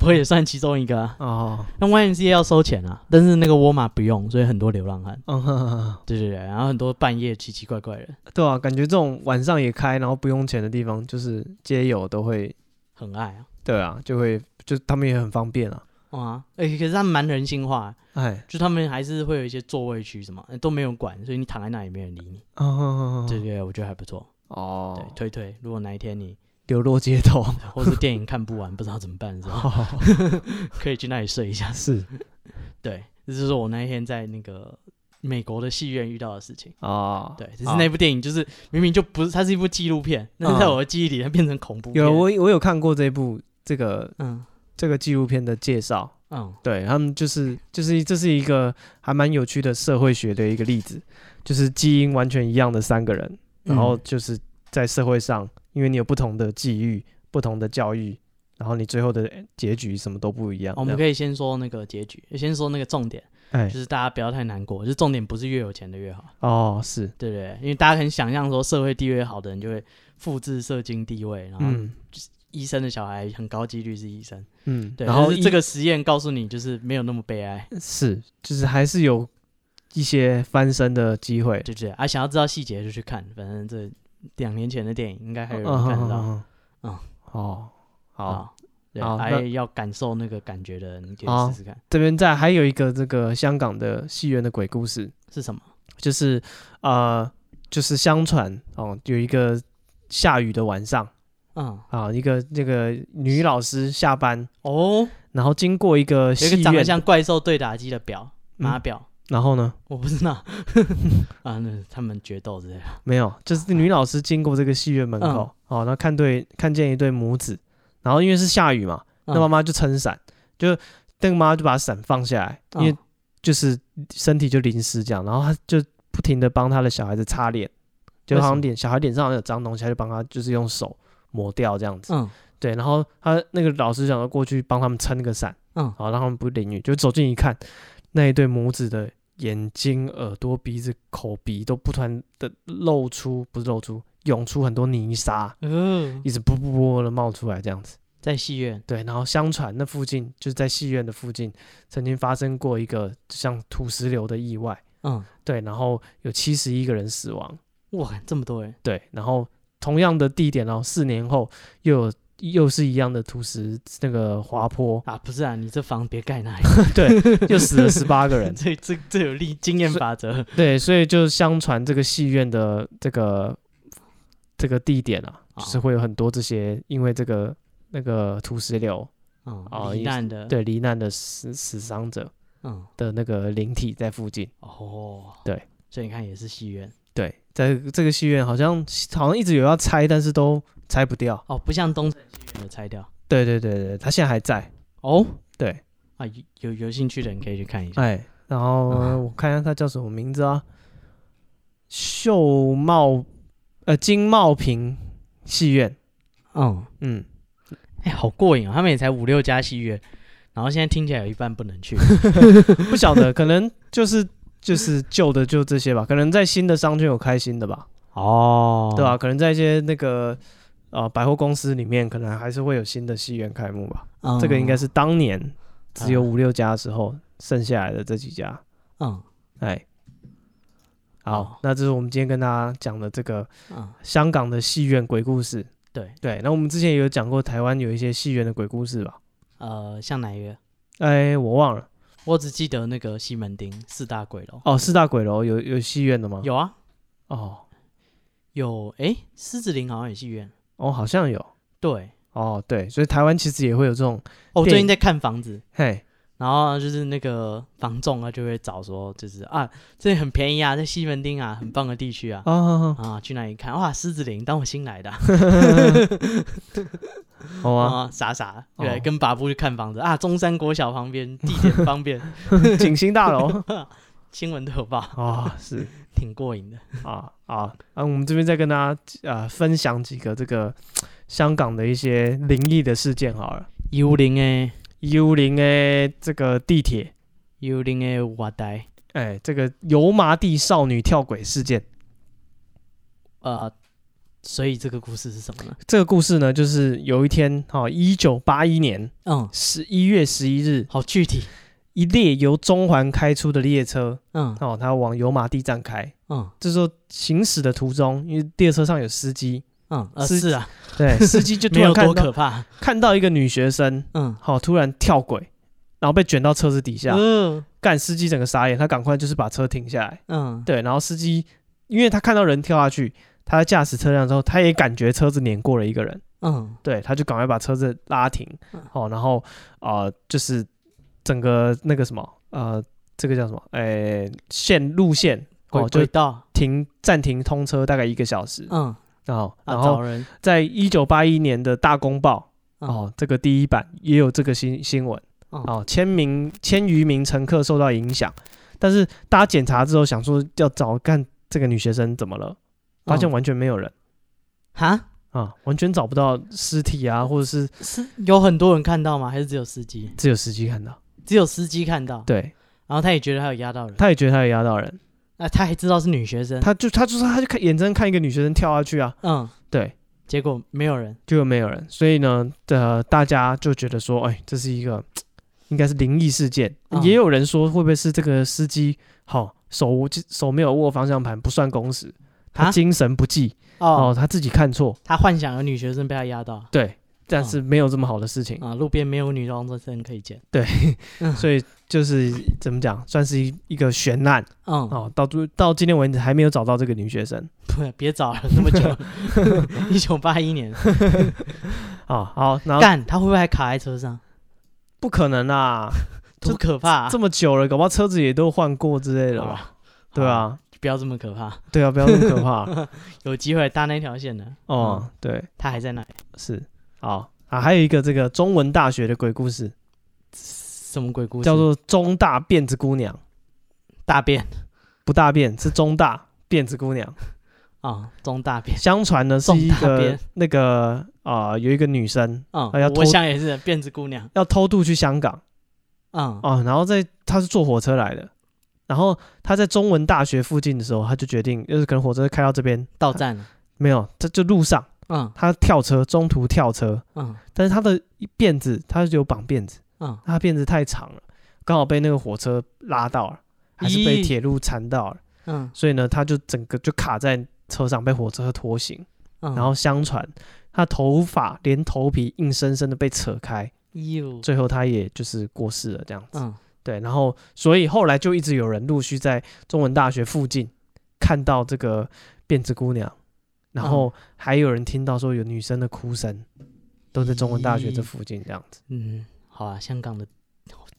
[SPEAKER 2] 我也算其中一个、啊。
[SPEAKER 1] <laughs> 哦，
[SPEAKER 2] 那 YMCA 要收钱啊，但是那个沃尔玛不用，所以很多流浪汉。
[SPEAKER 1] 嗯哼哼哼，
[SPEAKER 2] 对对对，然后很多半夜奇奇怪怪的人，
[SPEAKER 1] 对啊，感觉这种晚上也开，然后不用钱的地方，就是街友都会，
[SPEAKER 2] 很爱啊。
[SPEAKER 1] 对啊，就会，就他们也很方便啊。
[SPEAKER 2] 哇、啊，哎、可是他们蛮人性化，
[SPEAKER 1] 哎，
[SPEAKER 2] 就他们还是会有一些座位区什么、呃都没有管，所以你躺在那也没人理你。
[SPEAKER 1] 哦哦
[SPEAKER 2] 对对对，我觉得还不错。
[SPEAKER 1] 哦，
[SPEAKER 2] 对，推推，如果哪一天你
[SPEAKER 1] 流落街头，
[SPEAKER 2] 或是电影看不完，不知道怎么办的时候， <laughs> 可以去那里睡一下。
[SPEAKER 1] 哦是
[SPEAKER 2] 对，这就是我那一天在那个美国的戏院遇到的事情。
[SPEAKER 1] 哦，
[SPEAKER 2] 对，只是那部电影就是明明就不是，它是一部纪录片，但是在我的记忆里它变成恐怖片。
[SPEAKER 1] 嗯有我我有看过这部这个
[SPEAKER 2] 嗯
[SPEAKER 1] 这个纪录片的介绍，
[SPEAKER 2] 嗯
[SPEAKER 1] 对他们就是就是这是一个还蛮有趣的社会学的一个例子，就是基因完全一样的三个人，然后
[SPEAKER 2] 嗯
[SPEAKER 1] 就是在社会上，因为你有不同的际遇、不同的教育，然后你最后的结局什么都不一样。
[SPEAKER 2] 哦我们
[SPEAKER 1] 这样
[SPEAKER 2] 可以先说那个结局，先说那个重点，
[SPEAKER 1] 哎
[SPEAKER 2] 就是大家不要太难过，就是重点不是越有钱的越好，
[SPEAKER 1] 哦是
[SPEAKER 2] 对不对？因为大家很想象说社会地位好的人就会复制社经地位，然后
[SPEAKER 1] 嗯
[SPEAKER 2] 医生的小孩很高几率是医生，
[SPEAKER 1] 嗯，
[SPEAKER 2] 对。
[SPEAKER 1] 然后
[SPEAKER 2] 但是这
[SPEAKER 1] 一
[SPEAKER 2] 个实验告诉你，就是没有那么悲哀，
[SPEAKER 1] 是就是还是有一些翻身的机会。
[SPEAKER 2] 对不对？啊，想要知道细节就去看，反正这两年前的电影应该还有
[SPEAKER 1] 嗯
[SPEAKER 2] 人看
[SPEAKER 1] <laughs>
[SPEAKER 2] 得到。
[SPEAKER 1] 嗯
[SPEAKER 2] 嗯
[SPEAKER 1] 哦好。
[SPEAKER 2] 啊，对，
[SPEAKER 1] 好
[SPEAKER 2] 还
[SPEAKER 1] 那啊
[SPEAKER 2] 要感受那个感觉的人，你可
[SPEAKER 1] 好
[SPEAKER 2] 以试试看
[SPEAKER 1] 这边在还有一个这个香港的戏院的鬼故事，
[SPEAKER 2] 是什么。
[SPEAKER 1] 就是呃，就是相传哦，有一个下雨的晚上
[SPEAKER 2] 嗯，
[SPEAKER 1] 啊，一个那个女老师下班，
[SPEAKER 2] 哦，
[SPEAKER 1] 然后经过一个
[SPEAKER 2] 有一个
[SPEAKER 1] 戏
[SPEAKER 2] 长得
[SPEAKER 1] 院，
[SPEAKER 2] 像怪兽对打机的表码
[SPEAKER 1] 嗯
[SPEAKER 2] 表，
[SPEAKER 1] 然后呢，
[SPEAKER 2] 我不知道 <laughs> 啊，那他们决斗之类的。
[SPEAKER 1] 没有，就是女老师经过这个戏院门
[SPEAKER 2] 嗯
[SPEAKER 1] 口，哦，然后看对看见一对母子，然后因为是下雨嘛，那妈
[SPEAKER 2] 么，
[SPEAKER 1] 妈就撑伞，就那个妈妈就把伞放下来，因为
[SPEAKER 2] 嗯
[SPEAKER 1] 就是身体就淋湿这样，然后她就不停的帮她的小孩子擦脸，就
[SPEAKER 2] 为
[SPEAKER 1] 好
[SPEAKER 2] 什
[SPEAKER 1] 像
[SPEAKER 2] 么
[SPEAKER 1] 脸小孩脸上好像有脏东西，她就帮他就是用手抹掉这样子。
[SPEAKER 2] 嗯
[SPEAKER 1] 对，然后他那个老师想要过去帮他们撑那个伞，
[SPEAKER 2] 嗯
[SPEAKER 1] 好让他们不淋雨，就走近一看，那一对母子的眼睛、耳朵、鼻子、口鼻都不断的露出，不是露出，涌出很多泥沙，
[SPEAKER 2] 嗯，
[SPEAKER 1] 呃一直噗噗噗的冒出来这样子。
[SPEAKER 2] 在戏院，
[SPEAKER 1] 对，然后相传那附近就是在戏院的附近，曾经发生过一个像土石流的意外，
[SPEAKER 2] 嗯，
[SPEAKER 1] 对，然后有七十一个人死亡，
[SPEAKER 2] 哇，这么多人，，
[SPEAKER 1] 对，然后同样的地点哦，然后四年后又有又是一样的土石那个滑坡
[SPEAKER 2] 啊，不是啊，你这房别盖
[SPEAKER 1] <laughs>
[SPEAKER 2] 那里，
[SPEAKER 1] 又死了十八个人，
[SPEAKER 2] 这这这有利经验法则，
[SPEAKER 1] <laughs> 对，所以就相传这个戏院的这个这个地点啊， <laughs> 就是
[SPEAKER 2] 哦
[SPEAKER 1] 会有很多这些因为这个那个土石流
[SPEAKER 2] 嗯，
[SPEAKER 1] 哦
[SPEAKER 2] 罹
[SPEAKER 1] 也是
[SPEAKER 2] 难的，，
[SPEAKER 1] 对罹难的死死伤者
[SPEAKER 2] 嗯，
[SPEAKER 1] 的那个灵体在附近。
[SPEAKER 2] 哦，
[SPEAKER 1] 对，
[SPEAKER 2] 所以你看也是戏院，
[SPEAKER 1] 对，在这个戏院好像好像一直有要拆，但是都拆不掉。
[SPEAKER 2] 哦，不像东城戏院有拆掉，
[SPEAKER 1] 对对对对，他现在还在。
[SPEAKER 2] 哦，
[SPEAKER 1] 对，
[SPEAKER 2] 啊，有有有兴趣的人可以去看一下，
[SPEAKER 1] 哎，然后、
[SPEAKER 2] 啊
[SPEAKER 1] 我看一下他叫什么名字啊？秀茂，呃，金茂坪戏院。
[SPEAKER 2] 嗯，
[SPEAKER 1] 嗯，
[SPEAKER 2] 哎，好过瘾啊，他们也才五六家戏院，然后现在听起来有一半不能
[SPEAKER 1] <laughs>
[SPEAKER 2] 去，
[SPEAKER 1] 不晓得，可能就是就是旧的就这些吧，可能在新的商圈有开新的吧，
[SPEAKER 2] 哦
[SPEAKER 1] 对吧、？可能在一些那个呃百货公司里面，可能还是会有新的戏院开幕吧。
[SPEAKER 2] 嗯
[SPEAKER 1] 这个应该，是当年只有
[SPEAKER 2] 啊
[SPEAKER 1] 五六家的时候剩下来的这几家。
[SPEAKER 2] 嗯
[SPEAKER 1] 哎，好，
[SPEAKER 2] 哦
[SPEAKER 1] 那这是我们今天跟大家讲的这个
[SPEAKER 2] 嗯，
[SPEAKER 1] 香港的戏院鬼故事。
[SPEAKER 2] 对，
[SPEAKER 1] 对，那我们之前也有讲过台湾有一些戏院的鬼故事吧？
[SPEAKER 2] 呃，像哪一个？
[SPEAKER 1] 哎，我忘了
[SPEAKER 2] 我只记得那个西门町四大鬼楼，
[SPEAKER 1] 哦，四大鬼楼有有戏院的吗？
[SPEAKER 2] 有啊，
[SPEAKER 1] 哦
[SPEAKER 2] 有，哎，狮子林好像有戏院，
[SPEAKER 1] 哦，好像有
[SPEAKER 2] 对，
[SPEAKER 1] 哦，对，所以台湾其实也会有这种
[SPEAKER 2] 哦，我
[SPEAKER 1] 电
[SPEAKER 2] 最
[SPEAKER 1] 影
[SPEAKER 2] 近在看房子，
[SPEAKER 1] 嘿，
[SPEAKER 2] 然后就是那个房仲啊，就会找说，就是啊，这里很便宜啊，在西门町啊，很棒的地区啊，
[SPEAKER 1] 哦哦
[SPEAKER 2] 啊，去那里看，哇，狮子林，当我新来的啊，
[SPEAKER 1] 哦好啊，
[SPEAKER 2] <laughs> 啊，傻傻，对，
[SPEAKER 1] 哦
[SPEAKER 2] 跟爸布去看房子啊，中山国小旁边，地点方便，
[SPEAKER 1] <laughs> 景星大楼
[SPEAKER 2] 新闻都有 <laughs> 报，
[SPEAKER 1] 啊，是
[SPEAKER 2] 挺过瘾的，
[SPEAKER 1] 啊啊啊，我们这边再跟大家呃分享几个这个香港的一些灵异的事件好了。
[SPEAKER 2] 幽灵诶，
[SPEAKER 1] 幽灵的这个地铁，
[SPEAKER 2] 幽灵诶，我呆，
[SPEAKER 1] 哎，这个油麻地少女跳轨事件，
[SPEAKER 2] 呃，所以这个故事是什么呢？
[SPEAKER 1] 这个故事呢，就是有一天，哈、1一九八一年
[SPEAKER 2] 嗯，
[SPEAKER 1] 十一月十一日，
[SPEAKER 2] 好具体，
[SPEAKER 1] 一列由中环开出的列车，
[SPEAKER 2] 嗯
[SPEAKER 1] 哦，它往油麻地站开。
[SPEAKER 2] 嗯
[SPEAKER 1] 这时候行驶的途中，因为列车上有司机，
[SPEAKER 2] 嗯，呃，
[SPEAKER 1] 是
[SPEAKER 2] 是 <laughs> 啊，
[SPEAKER 1] 对， <laughs> 司机就突
[SPEAKER 2] 没有
[SPEAKER 1] 然看
[SPEAKER 2] 多
[SPEAKER 1] 到
[SPEAKER 2] 可怕，
[SPEAKER 1] 看到一个女学生，
[SPEAKER 2] 嗯
[SPEAKER 1] 好、突然跳轨，然后被卷到车子底下，
[SPEAKER 2] 嗯
[SPEAKER 1] 干司机整个傻眼，他赶快就是把车停下来，
[SPEAKER 2] 嗯，
[SPEAKER 1] 对，然后司机因为他看到人跳下去，他在驾驶车辆之后，他也感觉车子碾过了一个人，
[SPEAKER 2] 嗯
[SPEAKER 1] 对，他就赶快把车子拉停
[SPEAKER 2] 嗯，
[SPEAKER 1] 哦，然后呃，就是整个那个什么呃，这个叫什么？诶，线路线
[SPEAKER 2] 轨
[SPEAKER 1] 哦，就
[SPEAKER 2] 轨道，
[SPEAKER 1] 停暂停通车大概一个小时，
[SPEAKER 2] 嗯，
[SPEAKER 1] 然后
[SPEAKER 2] 啊
[SPEAKER 1] 然
[SPEAKER 2] 找
[SPEAKER 1] 后
[SPEAKER 2] 人，
[SPEAKER 1] 在一九八一年的大公报。
[SPEAKER 2] 嗯
[SPEAKER 1] 哦，这个第一版也有这个新新闻
[SPEAKER 2] 嗯
[SPEAKER 1] 哦，千名千余名乘客受到影响，但是大家检查之后想说要找看这个女学生怎么了，发现
[SPEAKER 2] 嗯
[SPEAKER 1] 完全没有人
[SPEAKER 2] 哈
[SPEAKER 1] 啊、完全找不到尸体啊，或者是
[SPEAKER 2] 是有很多人看到吗？还是只有司机？
[SPEAKER 1] 只有司机看到，
[SPEAKER 2] 只有司机看到，
[SPEAKER 1] 对，
[SPEAKER 2] 然后他也觉得他有压到人，
[SPEAKER 1] 他也觉得他有压到人，
[SPEAKER 2] 那、他还知道是女学生，
[SPEAKER 1] 他就他就说他就看眼睁看一个女学生跳下去啊，
[SPEAKER 2] 嗯，
[SPEAKER 1] 对，
[SPEAKER 2] 结果没有人，
[SPEAKER 1] 就没有人，所以呢，呃，大家就觉得说，哎，这是一个应该是灵异事件，
[SPEAKER 2] 嗯
[SPEAKER 1] 也有人说会不会是这个司机好、手手没有握方向盘，不算工时，他
[SPEAKER 2] 啊
[SPEAKER 1] 精神不济
[SPEAKER 2] 哦，嗯
[SPEAKER 1] 哦，他自己看错，
[SPEAKER 2] 他幻想有女学生被他压到，
[SPEAKER 1] 对，但是没有这么好的事情，
[SPEAKER 2] 啊，路边没有女高中生可以捡，
[SPEAKER 1] 所以就是怎么讲，算是一一个悬案
[SPEAKER 2] 嗯，
[SPEAKER 1] 哦，到最到今天为止还没有找到这个女学生
[SPEAKER 2] 不，别找了，那么久， <laughs> 一九八一年，
[SPEAKER 1] 哦，好，然后
[SPEAKER 2] 干，他会不会还卡在车上？
[SPEAKER 1] 不可能啊，这
[SPEAKER 2] 多可怕、啊，
[SPEAKER 1] 这么久了，搞不好车子也都换过之类的吧，
[SPEAKER 2] 好
[SPEAKER 1] 对，
[SPEAKER 2] 哦好
[SPEAKER 1] 啊，
[SPEAKER 2] 不要这么可怕，
[SPEAKER 1] 对啊，不要那么可怕
[SPEAKER 2] 有机会搭那条线的，
[SPEAKER 1] 哦，
[SPEAKER 2] 嗯
[SPEAKER 1] 对。
[SPEAKER 2] 他还在那里，
[SPEAKER 1] 是，好啊，还有一个这个中文大学的鬼故事，
[SPEAKER 2] 什么鬼故事？
[SPEAKER 1] 叫做中大辫子姑娘，
[SPEAKER 2] 大便
[SPEAKER 1] 不大便是中大辫子姑
[SPEAKER 2] <laughs>
[SPEAKER 1] 娘。
[SPEAKER 2] 啊、中大便。
[SPEAKER 1] 相传呢是
[SPEAKER 2] 中
[SPEAKER 1] 一
[SPEAKER 2] 大
[SPEAKER 1] 个
[SPEAKER 2] 辫
[SPEAKER 1] 那个啊、有一个女生
[SPEAKER 2] 嗯
[SPEAKER 1] 哎呀，
[SPEAKER 2] 我
[SPEAKER 1] 偷
[SPEAKER 2] 想也是辫子姑娘。
[SPEAKER 1] 要偷渡去香港
[SPEAKER 2] 嗯，
[SPEAKER 1] 啊、然后在她是坐火车来的，然后她在中文大学附近的时候，她就决定就是可能火车开到这边
[SPEAKER 2] 到站了。
[SPEAKER 1] 没有，她就路上
[SPEAKER 2] 嗯
[SPEAKER 1] 他跳车中途跳车，
[SPEAKER 2] 嗯
[SPEAKER 1] 但是他的辫子他是有绑辫子，
[SPEAKER 2] 嗯，
[SPEAKER 1] 他辫子太长了，刚好被那个火车拉到了，还是被
[SPEAKER 2] 咦
[SPEAKER 1] 铁路缠到了，
[SPEAKER 2] 嗯
[SPEAKER 1] 所以呢，他就整个就卡在车上被火车拖行，
[SPEAKER 2] 嗯，
[SPEAKER 1] 然后相传他头发连头皮硬生生的被扯开，
[SPEAKER 2] 哟，
[SPEAKER 1] 最后他也就是过世了这样子。
[SPEAKER 2] 嗯
[SPEAKER 1] 对，然后所以后来就一直有人陆续在中文大学附近看到这个辫子姑娘，然
[SPEAKER 2] 嗯
[SPEAKER 1] 后还有人听到说有女生的哭声，都在中文大学这附近这样子。
[SPEAKER 2] 嗯，好啊，香港的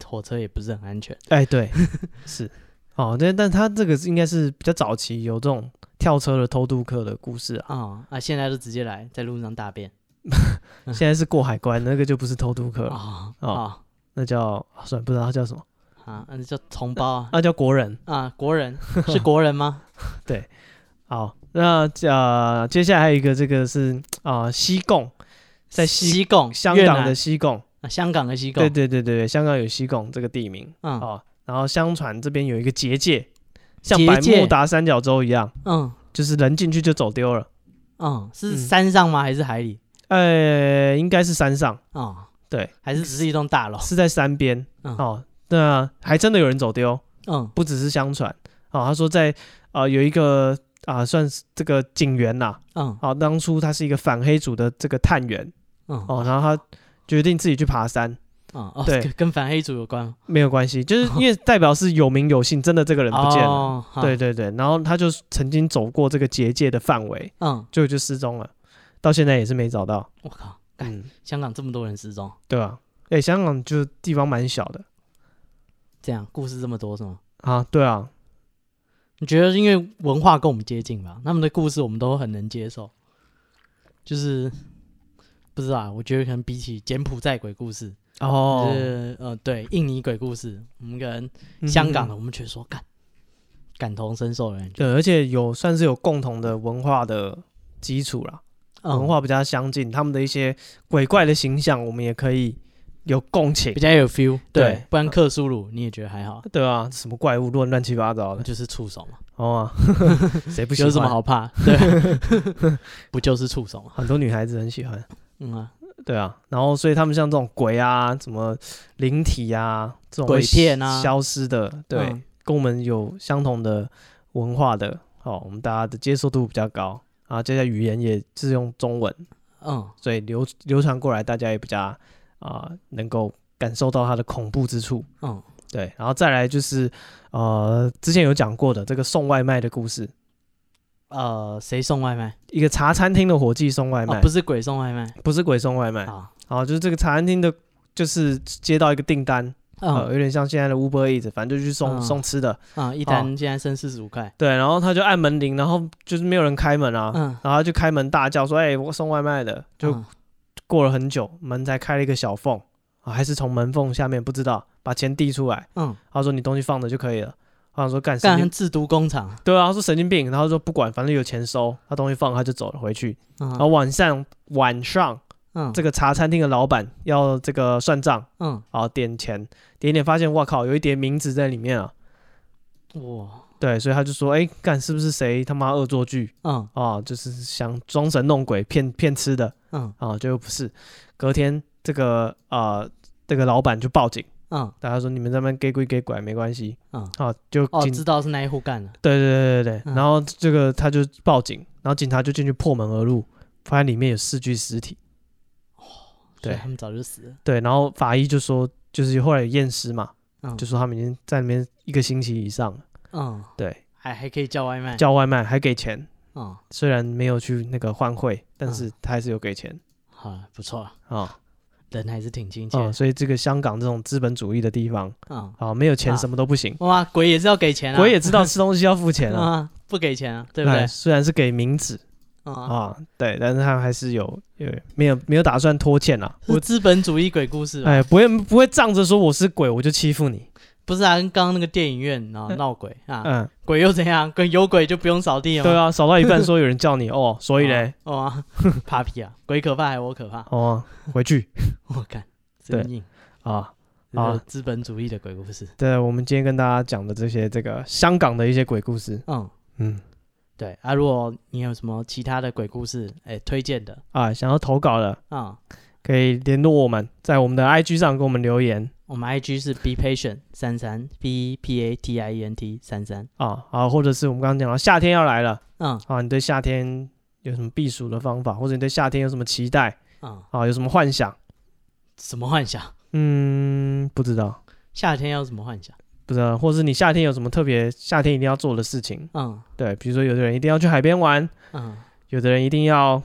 [SPEAKER 2] 火车也不是很安全。
[SPEAKER 1] 哎，对， <laughs> 是哦，但但他这个是应该是比较早期有这种跳车的偷渡客的故事啊，
[SPEAKER 2] 啊、啊！现在就直接来在路上大便嗯
[SPEAKER 1] 现在是过海关，那个就不是偷渡客了，
[SPEAKER 2] 啊
[SPEAKER 1] 哦
[SPEAKER 2] 啊
[SPEAKER 1] 那叫啊算了不知道他叫什么，嗯
[SPEAKER 2] 啊！那叫同
[SPEAKER 1] <laughs>
[SPEAKER 2] 胞啊
[SPEAKER 1] 那叫国人。
[SPEAKER 2] 啊！国人是国人吗？
[SPEAKER 1] 好，那呃接下来还有一个这个是啊、西贡， <laughs> 在西
[SPEAKER 2] 西贡，
[SPEAKER 1] 香
[SPEAKER 2] 越
[SPEAKER 1] 港
[SPEAKER 2] 南
[SPEAKER 1] 的西贡。
[SPEAKER 2] 啊，香港的西贡。
[SPEAKER 1] 对对对对对，香港有西贡这个地名
[SPEAKER 2] 嗯、
[SPEAKER 1] 哦，然后相传这边有一个结界，像
[SPEAKER 2] 结
[SPEAKER 1] 百
[SPEAKER 2] 界
[SPEAKER 1] 慕达三角洲一样，
[SPEAKER 2] 嗯
[SPEAKER 1] 就是人进去就走丢了。
[SPEAKER 2] 嗯，是
[SPEAKER 1] 嗯
[SPEAKER 2] 山上吗？还是海里？
[SPEAKER 1] 呃，应该是山上，
[SPEAKER 2] 啊、
[SPEAKER 1] 对，
[SPEAKER 2] 还是只是一栋大楼？
[SPEAKER 1] 哦是在山边、
[SPEAKER 2] 嗯
[SPEAKER 1] 哦。那还真的有人走丢，
[SPEAKER 2] 嗯
[SPEAKER 1] 不只是相传哦。他说在啊、有一个啊、算是这个警员呐、
[SPEAKER 2] 嗯
[SPEAKER 1] 哦，当初他是一个反黑组的这个探员
[SPEAKER 2] 嗯
[SPEAKER 1] 哦，然后他决定自己去爬山，
[SPEAKER 2] 嗯哦，
[SPEAKER 1] 对
[SPEAKER 2] 跟跟反黑组有关吗。
[SPEAKER 1] 没有关系，
[SPEAKER 2] <laughs>
[SPEAKER 1] 就是因为代表是有名有姓，真的这个人不见了。
[SPEAKER 2] 哦，哈
[SPEAKER 1] 对，对对，然后他就曾经走过这个结界的范围，
[SPEAKER 2] 嗯，
[SPEAKER 1] 就就失踪了，到现在也是没找到。
[SPEAKER 2] 我靠，干
[SPEAKER 1] 嗯，
[SPEAKER 2] 香港这么多人失踪，
[SPEAKER 1] 对啊，哎、香港就地方蛮小的
[SPEAKER 2] 这样故事这么多是吗？
[SPEAKER 1] 啊，对啊，
[SPEAKER 2] 你觉得是因为文化跟我们接近吧？他们的故事我们都很能接受，就是不知道啊，我觉得可能比起柬埔寨鬼故事，就
[SPEAKER 1] 哦，
[SPEAKER 2] 是呃对印尼鬼故事，我们可能
[SPEAKER 1] 嗯
[SPEAKER 2] 香港的
[SPEAKER 1] 嗯
[SPEAKER 2] 我们觉得说感感同身受的感觉，
[SPEAKER 1] 对，而且有算是有共同的文化的基础啦，
[SPEAKER 2] 嗯
[SPEAKER 1] 文化比较相近，他们的一些鬼怪的形象，我们也可以有共情
[SPEAKER 2] 比，较有 feel，
[SPEAKER 1] 对
[SPEAKER 2] 对，不然克苏鲁你也觉得还好，
[SPEAKER 1] 对啊，什么怪物乱乱七八糟的，
[SPEAKER 2] 就是触手嘛，
[SPEAKER 1] <laughs> 哦、啊，谁不喜欢？
[SPEAKER 2] 有什么？好 <laughs> 怕？对， <laughs> 不就是触手嘛？
[SPEAKER 1] 很多女孩子很喜欢。
[SPEAKER 2] 嗯啊，
[SPEAKER 1] 对啊，然后所以他们像这种鬼啊、什么灵体啊、这种
[SPEAKER 2] 鬼
[SPEAKER 1] 会
[SPEAKER 2] 片啊
[SPEAKER 1] 消失的，对，
[SPEAKER 2] 嗯
[SPEAKER 1] 跟我们有相同的文化的，哦，我们大家的接受度比较高啊，这些语言也是用中文，
[SPEAKER 2] 嗯
[SPEAKER 1] 所以流流传过来，大家也比较啊、能够感受到它的恐怖之处。
[SPEAKER 2] 嗯
[SPEAKER 1] 对，然后再来就是呃，之前有讲过的这个送外卖的故事，
[SPEAKER 2] 呃，谁送外卖？
[SPEAKER 1] 一个茶餐厅的伙计送外卖，
[SPEAKER 2] 哦，不是鬼送外卖
[SPEAKER 1] 不是鬼送外卖，
[SPEAKER 2] 啊，
[SPEAKER 1] 好，就是这个茶餐厅的，就是接到一个订单。呃，
[SPEAKER 2] 嗯
[SPEAKER 1] 有点像现在的 Uber Eats，反正就去送、
[SPEAKER 2] 嗯
[SPEAKER 1] 送吃的。
[SPEAKER 2] 嗯，一
[SPEAKER 1] 哦
[SPEAKER 2] 单现在剩四十五块，
[SPEAKER 1] 对，然后他就按门铃，然后就是没有人开门啊，
[SPEAKER 2] 嗯，
[SPEAKER 1] 然后他就开门大叫说：“哎、我送外卖的。”就
[SPEAKER 2] 嗯
[SPEAKER 1] 过了很久，门才开了一个小缝啊，还是从门缝下面不知道把钱递出来。
[SPEAKER 2] 嗯，
[SPEAKER 1] 他说：“你东西放着就可以了。”他想说干神
[SPEAKER 2] 干
[SPEAKER 1] 经，
[SPEAKER 2] 制毒工厂，
[SPEAKER 1] 对啊，他说神经病。然后说不管，反正有钱收，他东西放他就走了回去。然后
[SPEAKER 2] 嗯
[SPEAKER 1] 晚上晚上
[SPEAKER 2] 嗯
[SPEAKER 1] 这个茶餐厅的老板要这个算账
[SPEAKER 2] 嗯，
[SPEAKER 1] 啊，点钱点一点，发现哇靠，有一叠名字在里面啊。
[SPEAKER 2] 哇，
[SPEAKER 1] 对，所以他就说，哎、干是不是谁他妈恶作剧
[SPEAKER 2] 嗯
[SPEAKER 1] 啊？就是想装神弄鬼骗骗吃的
[SPEAKER 2] 嗯
[SPEAKER 1] 啊？结果不是，隔天这个啊、呃这个老板就报警，
[SPEAKER 2] 嗯
[SPEAKER 1] 大家说你们在那边给鬼给拐没关系
[SPEAKER 2] 嗯，
[SPEAKER 1] 啊，就
[SPEAKER 2] 哦，
[SPEAKER 1] 警、
[SPEAKER 2] 知道是那一户干的，
[SPEAKER 1] 对对对对对，
[SPEAKER 2] 嗯
[SPEAKER 1] 然后这个他就报警，然后警察就进去破门而入，发现里面有四具尸体，
[SPEAKER 2] 所
[SPEAKER 1] 对
[SPEAKER 2] 以他们早就死了，
[SPEAKER 1] 对，然后法医就说，就是后来有验尸嘛，
[SPEAKER 2] 嗯，
[SPEAKER 1] 就说他们已经在那边一个星期以上了，
[SPEAKER 2] 嗯，
[SPEAKER 1] 对，
[SPEAKER 2] 还还可以叫外卖，
[SPEAKER 1] 叫外卖还给钱，
[SPEAKER 2] 嗯，
[SPEAKER 1] 虽然没有去那个换汇，但是他还是有给钱。
[SPEAKER 2] 好，不错啊，
[SPEAKER 1] 啊、
[SPEAKER 2] 人还是挺亲切
[SPEAKER 1] 哦
[SPEAKER 2] 的，
[SPEAKER 1] 所以这个香港这种资本主义的地方
[SPEAKER 2] 嗯，
[SPEAKER 1] 啊、没有钱
[SPEAKER 2] 啊
[SPEAKER 1] 什么都不行。
[SPEAKER 2] 哇，鬼也是要给钱啊，
[SPEAKER 1] 我也知道吃东西要付钱啊，
[SPEAKER 2] 啊，不给钱啊，对不
[SPEAKER 1] 哎
[SPEAKER 2] 对？
[SPEAKER 1] 虽然是给冥纸
[SPEAKER 2] 啊，
[SPEAKER 1] 啊、对，但是他还是有有没有没有打算拖欠啊。
[SPEAKER 2] 是
[SPEAKER 1] 我
[SPEAKER 2] 资本主义鬼故事吧？
[SPEAKER 1] 哎，不会不会仗着说我是鬼我就欺负你，
[SPEAKER 2] 不是啊，跟刚刚那个电影院然后闹鬼啊，
[SPEAKER 1] 嗯，
[SPEAKER 2] 鬼又怎样？鬼有鬼就不用扫地了吗？
[SPEAKER 1] 对啊，少到一半说
[SPEAKER 2] <laughs>
[SPEAKER 1] 有人叫你哦，所以嘞，
[SPEAKER 2] 哦啊，啪皮啊，鬼可怕还我可怕？
[SPEAKER 1] 哦，回去
[SPEAKER 2] 我看
[SPEAKER 1] 对
[SPEAKER 2] 真硬，
[SPEAKER 1] 啊。
[SPEAKER 2] 这
[SPEAKER 1] 啊
[SPEAKER 2] 是资本主义的鬼故事。
[SPEAKER 1] 对，我们今天跟大家讲的这些这个香港的一些鬼故事，
[SPEAKER 2] 嗯，
[SPEAKER 1] 嗯，
[SPEAKER 2] 对啊，如果你有什么其他的鬼故事，哎、推荐的
[SPEAKER 1] 啊，想要投稿的
[SPEAKER 2] 啊、
[SPEAKER 1] 可以联络我们，在我们的 IG 上给我们留言
[SPEAKER 2] 我们 IG 是 be patient 三三 b e p a t i e n t 三三，
[SPEAKER 1] 啊啊，或者是我们刚刚讲到夏天要来了
[SPEAKER 2] 嗯
[SPEAKER 1] 啊，你对夏天有什么避暑的方法，或者你对夏天有什么期待
[SPEAKER 2] 嗯，
[SPEAKER 1] 啊，有什么幻想？
[SPEAKER 2] 什么幻想？
[SPEAKER 1] 嗯，不知道，
[SPEAKER 2] 夏天要什么幻想？
[SPEAKER 1] 不知道，或是你夏天有什么特别夏天一定要做的事情？
[SPEAKER 2] 嗯
[SPEAKER 1] 对，比如说有的人一定要去海边玩，
[SPEAKER 2] 嗯
[SPEAKER 1] 有的人一定要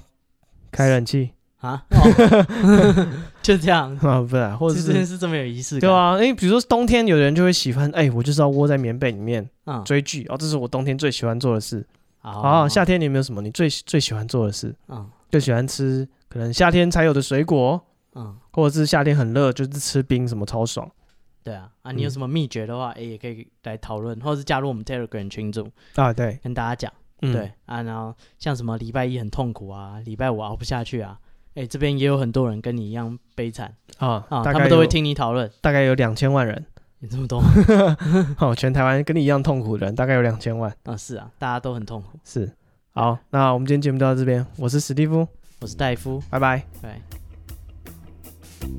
[SPEAKER 1] 开冷气 <laughs>
[SPEAKER 2] 啊，哦、 <laughs> 就这样，
[SPEAKER 1] 啊，不然或
[SPEAKER 2] 这
[SPEAKER 1] 者
[SPEAKER 2] 真
[SPEAKER 1] 是
[SPEAKER 2] 是这么有仪式感。
[SPEAKER 1] 对，啊，诶，比如说冬天，有的人就会喜欢，哎、我就是要窝在棉被里面
[SPEAKER 2] 嗯，
[SPEAKER 1] 追剧哦，这是我冬天最喜欢做的事。
[SPEAKER 2] 好
[SPEAKER 1] 啊，夏天你有没有什么你最最喜欢做的事？
[SPEAKER 2] 嗯
[SPEAKER 1] 最喜欢吃可能夏天才有的水果，
[SPEAKER 2] 嗯，
[SPEAKER 1] 或者是夏天很热就是吃冰什么超爽。
[SPEAKER 2] 对啊啊，你有
[SPEAKER 1] 嗯
[SPEAKER 2] 什么秘诀的话，哎、也可以来讨论，或者是加入我们 Telegram 群组
[SPEAKER 1] 啊，对，
[SPEAKER 2] 跟大家讲。
[SPEAKER 1] 嗯
[SPEAKER 2] 对啊，然后像什么礼拜一很痛苦啊，礼拜五熬不下去啊，哎，这边也有很多人跟你一样悲惨
[SPEAKER 1] 啊，
[SPEAKER 2] 啊，
[SPEAKER 1] 大
[SPEAKER 2] 他
[SPEAKER 1] 概
[SPEAKER 2] 们都会
[SPEAKER 1] 有
[SPEAKER 2] 听你讨论，
[SPEAKER 1] 大概有两千万人，
[SPEAKER 2] 有这么多
[SPEAKER 1] 哦，全台湾跟你一样痛苦的人大概有两千万，
[SPEAKER 2] 啊，是啊，大家都很痛苦。
[SPEAKER 1] 是。好，那我们今天节目就到这边，我是史蒂夫，
[SPEAKER 2] 我是戴夫，
[SPEAKER 1] 拜拜。
[SPEAKER 2] 对。